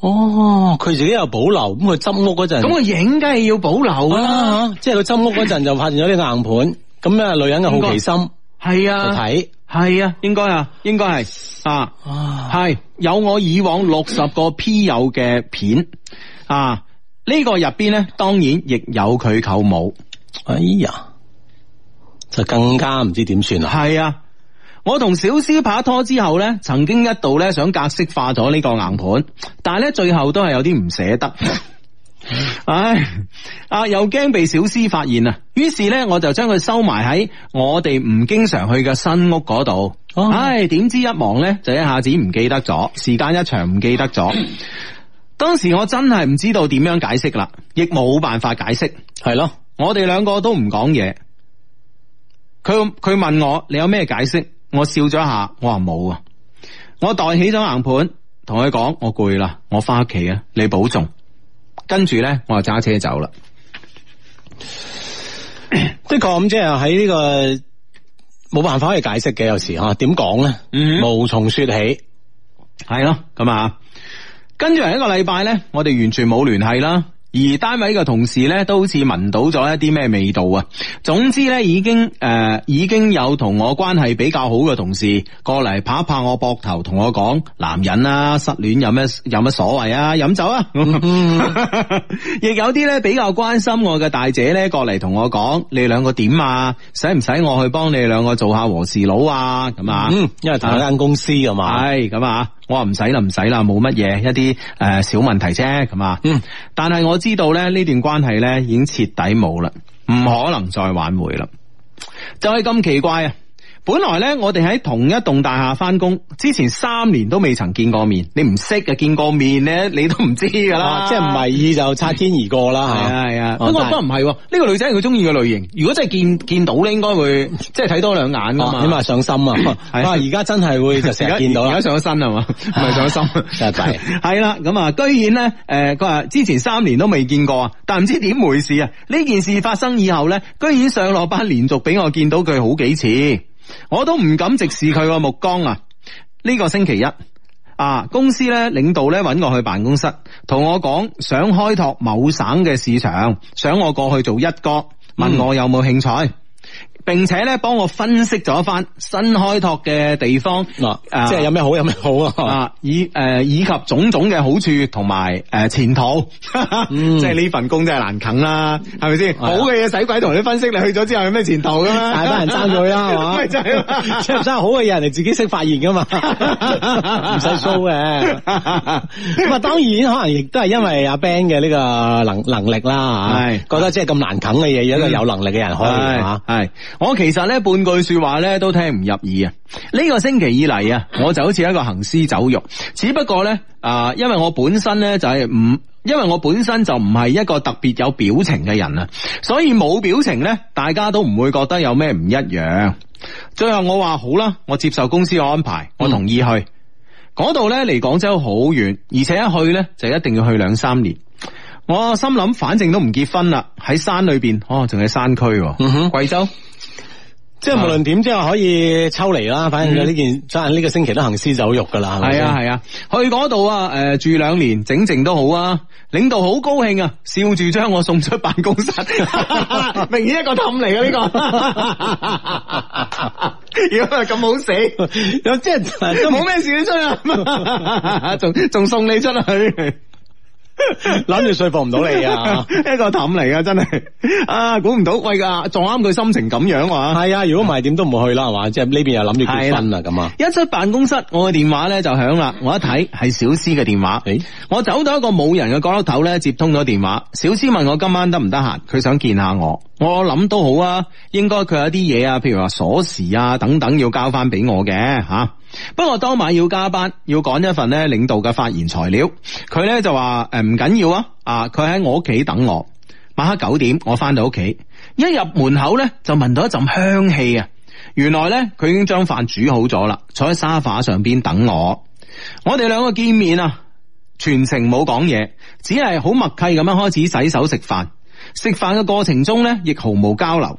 哦，佢自己有保留，咁佢執屋嗰陣，咁我影梗係要保留㗎啦。嗯啊，即係佢執屋嗰陣就發現咗啲硬盤，咁咧女人嘅好奇心係就啊，睇，係啊，應該啊，應該係啊。啊，係有我以往六十個 P 友嘅片啊，呢、個入邊咧，當然亦有佢舅母。哎呀，就更加唔知點算啦，係啊，我同小詩拍拖之後咧，曾經一度咧想格式化咗呢個硬盤，但係咧最後都係有啲唔捨得。嗯唉，啊又驚被小詩發現啊，於是咧我就將佢收埋喺我哋唔經常去嘅新屋嗰度。哦唉，點知一忙咧就一下子唔記得咗，時間一長唔記得咗。當時我真係唔知道點樣解釋啦，亦冇辦法解釋。係咯，我哋兩個都唔講嘢。佢佢問我你有咩解釋？我笑咗一下，我話冇啊。我袋起咗硬盤，同佢講我攰啦，我翻屋企啊，你保重。跟住咧，我就揸車走啦。的確咁即係喺呢個冇辦法可以解釋嘅，有時吓點講咧，嗯無從說起，係咯，咁啊，跟住嚟一個禮拜咧，我哋完全冇聯繫啦。而單位嘅同事咧，都好似聞到咗一啲咩味道啊！總之咧，已經誒、呃已經有同我關係比較好嘅同事過嚟拍一拍我膊頭，同我講：男人啊，失戀有咩有乜所謂啊？飲酒啊！ 亦有啲咧比較關心我嘅大姐咧過嚟同我講：你兩個點啊？使唔使我去幫你兩個做下和事佬啊？咁啊？嗯，因為同一間公司噶嘛，系咁啊！我話唔使啦，唔使啦，冇乜嘢，一啲誒、呃小問題啫，咁啊。嗯，但係我知道咧，呢段關係咧已經徹底冇啦，唔可能再挽回啦。就係咁奇怪啊！本來咧，我哋喺同一棟大廈翻工，之前三年都未曾見過面，你唔識嘅見過面咧，你都唔知噶啦、啊即係唔為意就擦肩而過啦係吓。啊係啊，哦不過但係不過唔係喎，呢個女仔係佢中意嘅類型。如果真係見見到咧，應該會即係睇多兩眼噶啊嘛。起碼上心啊！係啊，而家真係會就成日見到而啦家，上咗身啊 係嘛，唔係上咗心，真係弊 係啦，咁啊，居然咧，诶，佢話之前三年都未見過啊，但唔知點回事啊！呢件事發生以後咧，居然上落班連續俾我見到佢好幾次，我都唔敢直視佢個目光啊！呢、個星期一。啊！公司咧領導咧揾我去辦公室，同我講想開拓某省嘅市場，想我過去做一哥，嗯問我有冇興趣，並且咧幫我分析咗一番新開拓嘅地方，嗱，啊即係有咩好有咩好啊！啊，以誒、呃以及種種嘅好處同埋誒前途，嗯 即係呢份工真係難啃啦，係咪先？啊好嘅嘢使鬼同你分析，你去咗之後有咩前途噶嘛？大班人爭佢 啦，係嘛？咪就係啦即係唔生好嘅嘢，人哋自己識發 現噶嘛，唔使 show 嘅。咁啊，當然可能亦都係因為阿 Ben 嘅呢個能能力啦，嚇係覺得即係咁難啃嘅嘢，有一個有能力嘅人可以啊嚇。係係，我其實咧半句說話咧都聽唔入耳啊！呢個星期以嚟 啊，我就好似一個行屍走肉，只不過咧啊，因為我本身咧就係唔。因為我本身就唔係一個特別有表情嘅人啊，所以冇表情咧，大家都唔會覺得有咩唔一樣。最後我話好啦，我接受公司嘅安排，我同意去。嗰度咧離廣州好遠，而且一去咧就一定要去兩三年。我心諗，反正都唔結婚啦，喺山裏邊，哦，仲喺山區喎，嗯哼貴州，即係無論點，即係可以抽離啦。反正佢呢件，真係呢個星期都行屍走肉噶啦，係咪嗯係先啊係啊，去嗰度啊，誒、住兩年整靜都好啊，領導好高興啊，笑住將我送出辦公 室，明顯一個氹嚟嘅呢個，如果係咁好死，有即係都冇冇 咩事你出啊，仲仲送你出去。谂住说服唔到你啊！ 一个氹嚟噶，真系啊，估唔到，喂啊，撞啱佢心情咁样啊！系啊，如果唔系点都唔會去啦，系嘛？即系呢边又谂住结婚啦，咁啊，一出辦公室，我嘅電話咧就響啦。我一睇係小詩嘅電話，咦我走到一個冇人嘅角落頭咧，接通咗電話。小詩問我今晚得唔得閒，佢想見下我。我諗都好啊，應該佢有啲嘢啊，譬如話鎖匙啊等等要交翻俾我嘅吓。不過當晚要加班，要趕一份咧領導嘅發言材料。佢咧就話诶唔緊要啊，啊佢喺我屋企等我。晚黑九點我翻到屋企，一入門口咧就聞到一陣香氣啊！原來咧佢已經將飯煮好咗啦，坐喺沙發上邊等我。我哋兩個見面啊，全程冇講嘢，只係好默契咁樣開始洗手食飯。食飯嘅過程中咧，亦毫無交流。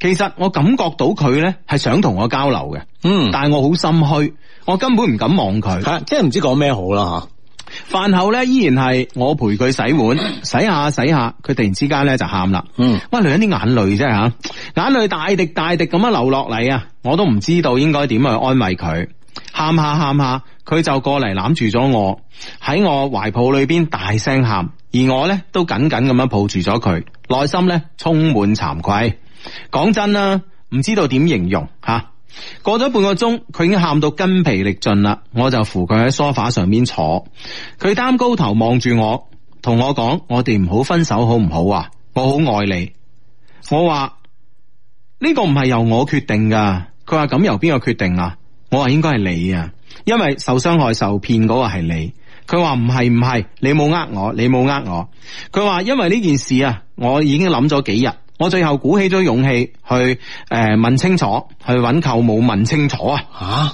其實我感覺到佢咧係想同我交流嘅，嗯，但係我好心虛，我根本唔敢望佢。吓，即系唔知讲咩好啦飯後咧依然係我陪佢洗碗，洗下洗下，佢突然之間咧就喊啦。嗯喂，女人啲眼淚真係吓，眼淚大滴大滴咁樣流落嚟啊！我都唔知道應該點去安慰佢，喊下喊下，佢就過嚟攬住咗我，喺我懷抱裏邊大聲喊，而我咧都緊緊咁樣抱住咗佢，內心咧充滿慚愧。講真啦，唔知道點形容吓。過咗半個鐘，佢已經喊到筋疲力盡啦，我就扶佢喺梳化上面坐，佢擔高頭望住我，同我講：我哋唔好分手好唔好啊？我好愛你。我話呢、個唔係由我決定噶，佢話咁由邊個決定啊？我話應該係你啊，因為受傷害受騙嗰個係你。佢話唔係唔係，你冇呃我，你冇呃我。佢話因為呢件事啊，我已經諗咗幾日，我最後鼓起咗勇氣去誒、呃、問清楚，去揾舅母問清楚啊！吓，吓，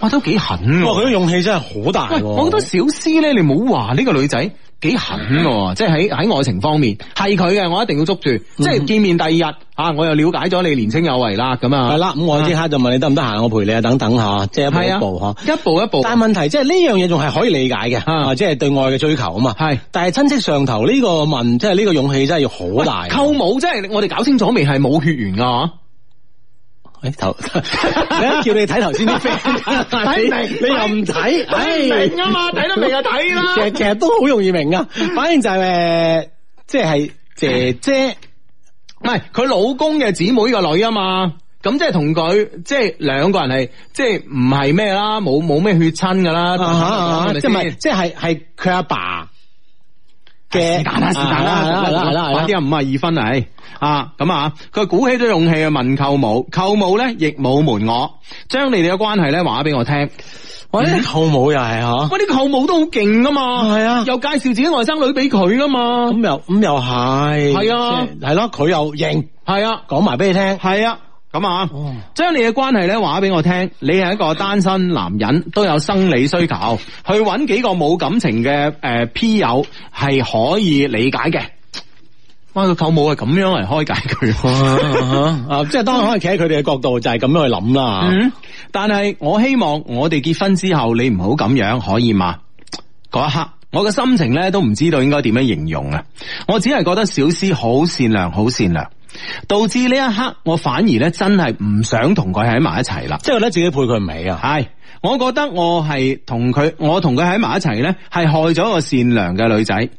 哇，都幾狠哇，喎佢啲勇气真系好大喂，喎， 我覺得小詩咧，你冇話呢個女仔幾狠喎，嗯即係喺喺愛情方面係佢嘅，我一定要捉住。即係見面第二日啊，我又了解咗你年青有為啦，咁啊，系啦，咁我即刻就問你得唔得閒，我陪你啊，等等吓，即係係啊，一步一步吓。一步一步，但係問題即係呢樣嘢仲係可以理解嘅，啊啊，即係對愛嘅追求啊嘛。係但係親戚上頭呢個問，即係呢個勇氣真係要好大。舅母真係我哋搞清楚未係冇血緣噶， 誒哎頭， 你一叫你睇 頭先啲飛，你你又唔睇，唉，啊嘛，睇 得明就睇其實其實都好容易明 噶，反正就係誒即係姐姐。唔係佢老公嘅姊妹個女啊嘛。咁即係同佢，即係兩個人係，即係唔係咩啦，冇冇咩血親噶啦，啊哈啊係咪哈即先係咪即係係佢阿爸嘅是但啦，是但啦，係啊啦係啦係啦係快啦啲。啊，五啊二分嚟啊，咁啊，佢鼓起咗勇氣去問舅母，舅母咧亦冇瞞我，將你哋嘅關係咧話咗俾我聽。我呢舅母又係嚇。喂，啲舅母都好勁噶嘛，係啊又介紹自己外甥女俾佢噶嘛，咁又咁又係，係啊即係係咯，佢又認，係啊，講埋俾你聽，係啊。咁啊哦，將你嘅關係咧話咗俾我聽，你係一個單身男人，都有生理需求，去揾幾個冇感情嘅诶 P 友係可以理解嘅。哇，個舅母係咁樣嚟開解佢。啊，即係當然可以企喺佢哋嘅角度就係咁樣去諗啦。嗯，但系我希望我哋結婚之後，你唔好咁樣，可以嘛？嗰一刻，我嘅心情咧都唔知道應該點樣形容啊！我只係覺得小詩好善良，好善良，導致呢一刻我反而咧真係唔想同佢喺埋一齊啦。即係覺得自己配佢唔起啊，係，我覺得我係同佢，我同佢喺埋一齊呢，係害咗一個善良嘅女仔。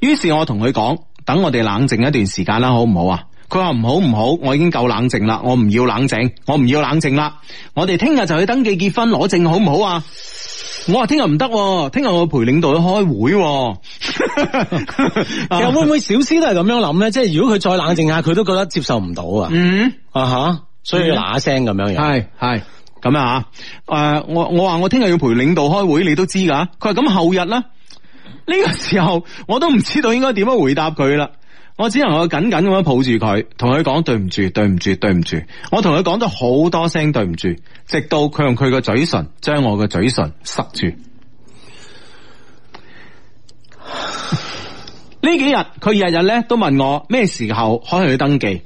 於是我同佢講，等我哋冷靜一段時間啦，好唔好啊？佢話唔好唔好，我已經夠冷靜啦，我唔要冷靜，我唔要冷靜啦。我哋聽日就去登記結婚攞證，好唔好啊？我話聽日唔得喎，聽日我陪領導去開會喎。其實會唔會小詩都係咁樣諗咧？即係如果佢再冷靜下，佢都覺得接受唔到啊， 嗯。啊吓，所以要嗱嗱聲咁樣樣。系系咁啊！诶、我我话我听日要陪领导开会，你都知噶。佢话咁后日啦，呢、個个时候 我都唔知道应该点样回答佢啦。我只能我紧紧咁样抱住佢，同佢讲对唔住，对唔住，对唔住。我同佢讲咗好多声對唔住，直到佢用佢個嘴唇將我嘅嘴唇塞住。呢幾日佢日日咧都問我咩時候可以去登記，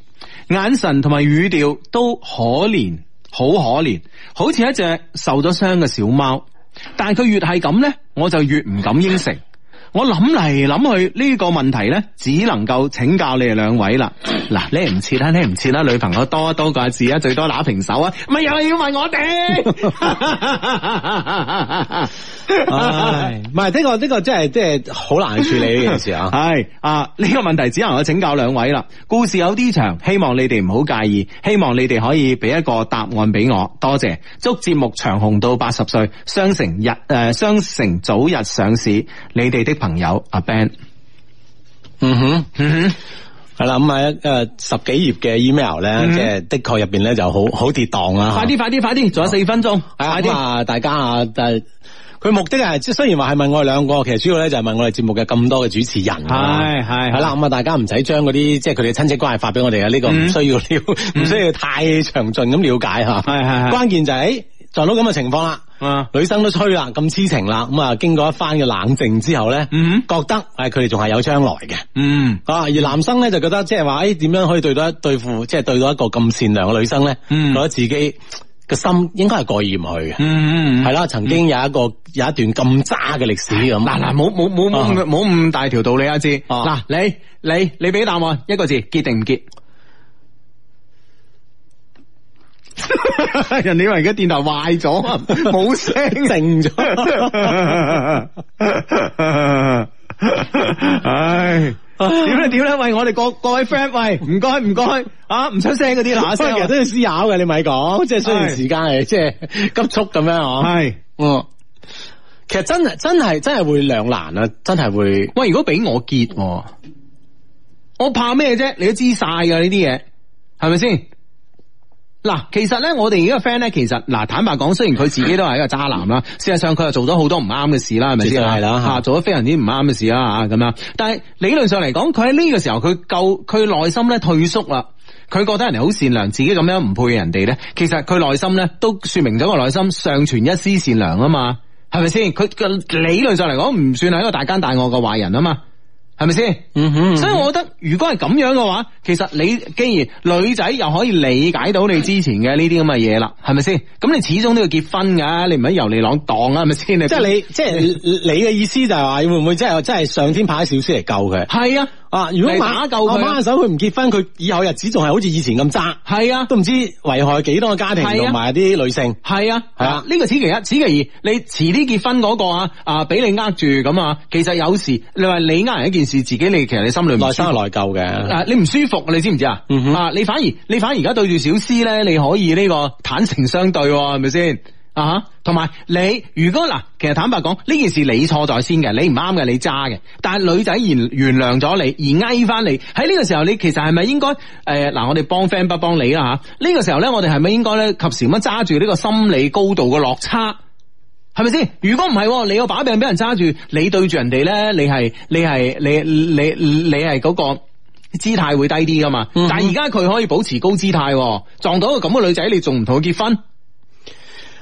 眼神同埋語調都可憐，好可憐，好似一隻受咗傷嘅小貓。但係佢越係咁咧，我就越唔敢應承。我諗嚟諗去呢個問題咧，只能夠請教你哋兩位啦。嗱，叻唔切啦，叻唔切啦，女朋友多多個字啊，最多打平手啊，咪又係要問我哋。唉，唔係呢 個呢個真係真係好難處理呢件事啊！系啊，呢、個問題只能我請教兩位啦。故事有啲長，希望你哋唔好介意，希望你哋可以俾一個答案俾我。多謝，祝節目長紅到八十歲，雙城日诶、呃雙城早日上市。你哋的朋友阿 Ben，嗯哼。 嗯系啦，咁啊，诶，十幾頁嘅 email 咧，即係的確入边咧就好好跌宕啊！嗯快啲快啲快啲，仲有四分鐘，快係啊咁啲。啊！大家啊，但係佢目的係即係雖然話係問我哋兩個，其實主要咧就係問我哋節目嘅咁多嘅主持人㗎啦。係係係啦，咁啊，大家唔使將嗰啲即係佢哋親戚關係發俾我哋啊，呢個 唔需要了，唔需要太詳盡咁了解吓。嗯係係係關鍵就係誒撞到咁嘅情況啦。啊女生都吹啦，咁痴情啦，咁啊，經過一番嘅冷靜之後咧，嗯覺得誒佢哋仲係有將來嘅。嗯啊，而男生咧就覺得即係哎話，誒點樣可以對到一對付，即係對到一個咁善良嘅女生咧，嗯覺得自己個心應該係過意唔去嘅，嗯嗯，係啦、曾經有一個有一段咁渣嘅歷史咁。嗱嗱，冇冇冇冇咁冇咁大條道理啊！志，嗱啊你你你俾答案一個字，結定唔結？ 人哋以為而家電台壞咗 啊，冇聲啊靜咗， 唉，點咧點咧？喂，我哋各各位 friend，喂，唔該唔該啊，唔出聲嗰啲嗱嗱所以其實聲都要思考嘅，你咪講，即係雖然係時間係即係急促咁樣啊，嗬，係。嗯，其實真係真係真係會兩難啊，真係會，喂，如果俾我結我，我怕咩啫？你都知晒噶呢啲嘢，係咪先？嗱，其實咧，我哋而家個 friend 咧，其實嗱，坦白講，雖然佢自己都係一個渣男 啦，事實上佢又做咗好多唔啱嘅事啦，係咪先？絕對係啦吓嚇做咗非常之唔啱嘅事啦，吓咁樣。但係理論上嚟講，佢喺呢個時候，佢夠佢內心咧退縮啦。佢覺得人哋好善良，自己咁樣唔配人哋咧，其實佢內心咧都說明咗個內心尚存一絲善良啊嘛，係咪先？佢嘅理論上嚟講，唔算係一個大奸大惡嘅壞人啊嘛，係咪先？嗯哼所以我覺得如果係咁樣嘅話，其實你既然女仔又可以理解到你之前嘅呢啲咁嘅嘢啦，係咪先？咁你始終都要結婚㗎，你唔係遊你浪蕩啊，係咪先？ 即係 你即係你嘅意思就係話會唔會真係真係上天派小書嚟救佢？係啊，啊！如果嚟打馬救我佢啊馬下手佢唔結婚，佢以後日子仲係好似以前咁渣，係啊。都唔知危害幾多個家庭係啊同埋啲女性。系啊，係啊呢個此其一，此其二，你遲啲結婚嗰個啊，啊俾你呃住咁啊，其實有時你話你呃人一件事，自己你其實你心裏唔舒服內心係內疚嘅，啊，你唔舒服，你知唔知啊？嗯哼啊，你反而你反而而家對住小詩咧，你可以呢個坦誠相對喎，係咪先？啊哈，同埋你如果嗱，其實坦白講，呢件事你錯在先嘅，你唔啱嘅，你渣嘅。但係女仔原原諒咗你，而翳翻你喺呢個時候，你其實係咪應該誒嗱、我哋幫 friend 不幫你啦嚇。呢、個時候咧，我哋係咪應該咧及時咁樣揸住呢個心理高度嘅落差？係咪先？如果唔係喎，你個把柄俾人揸住，你對住人哋咧，你係你係你你你係嗰、個。姿態會低啲噶嘛，嗯但係而家佢可以保持高姿態喎，撞到一個咁嘅女仔，你仲唔同佢結婚？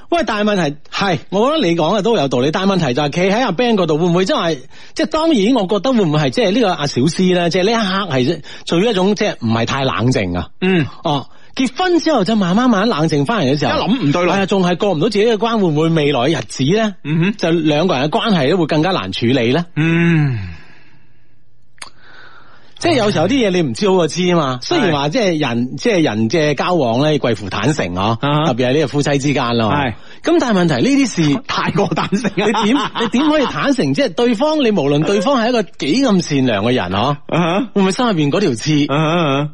喂，但係問題係，我覺得你講嘅都有道理，但係問題就係企喺阿 Ben 嗰度，會唔會真係即係當然，我覺得會唔會係即係呢個阿小詩咧，即係呢一刻係做咗一種即係唔係太冷靜啊？嗯，哦，結婚之後就慢慢慢慢冷靜翻嚟嘅時候，一諗唔對路係啊，仲係過唔到自己嘅關，會唔會未來嘅日子咧，嗯哼就兩個人嘅關係咧會更加難處理咧？嗯，即係有時候啲嘢你唔知好過知啊嘛。雖然話即係人即係人嘅交往咧，貴乎坦誠啊，啊哈特別係呢個夫妻之間啦。係咁，但係問題呢啲事。太過坦誠啊你點你點可以坦誠？即係對方，你無論對方係一個幾咁善良嘅人啊，啊會唔會心入邊嗰條刺啊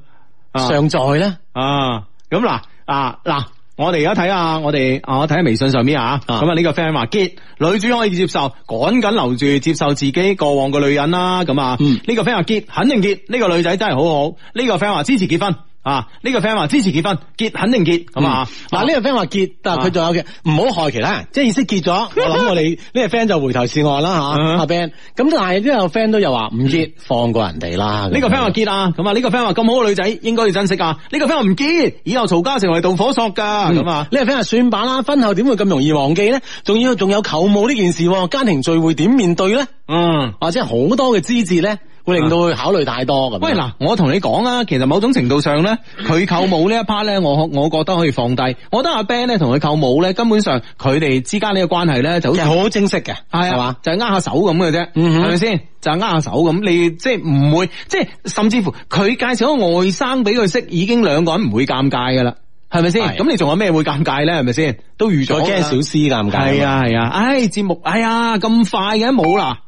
啊尚在咧？啊，咁嗱啊嗱。我哋而家睇下，我哋啊，我睇下微信上面啊，啊咁啊呢個 friend 話結女主可以接受，趕緊留住接受自己過往嘅女人啦，咁啊，嗯呢個 friend 話結肯定結，呢個女仔真係好好，呢個 friend 話支持結婚啊，呢個 friend 話支持結婚，結肯定結，咁啊，嗱呢個 friend 話結，但係佢仲有嘅，唔好害其他人，即係意思結咗，我諗我哋呢個 friend 就回頭是岸啦吓，嗯阿 Ben。咁但係呢個 friend 都有話唔結，放過人哋啦。呢個 friend 話結，結啊，咁啊呢個 friend 話咁好嘅女仔應該要珍惜啊，呢個 friend 話唔結，以後嘈交成為導火索噶，咁啊呢。個 friend 話算吧啦，婚後點會咁嗯容易忘記咧？仲要仲有舅母呢件事喎，家庭聚會點面對咧？嗯，或者好多嘅枝節咧，會令到佢考慮太多咁樣。喂嗱，我同你講啊，其實某種程度上咧，佢舅母呢一 part 咧，我我覺得可以放低。我覺得阿 Ben 咧同佢舅母咧，根本上佢哋之間呢個關係咧就好其似實好清晰嘅，係係啊嘛，？就係握下手咁嘅啫，嗯哼係咪先？就係握下手咁，你即係唔會，即係甚至乎佢介紹個外甥俾佢識，已經兩個人唔會尷尬噶啦。係咪先？係咁你仲有咩會尷尬咧？係咪先？都預咗我㗎驚啦小思尷尬。係，啊係啊，唉節目，哎呀咁快嘅冇啦。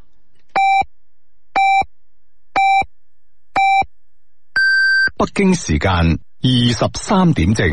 北京时间二十三点正。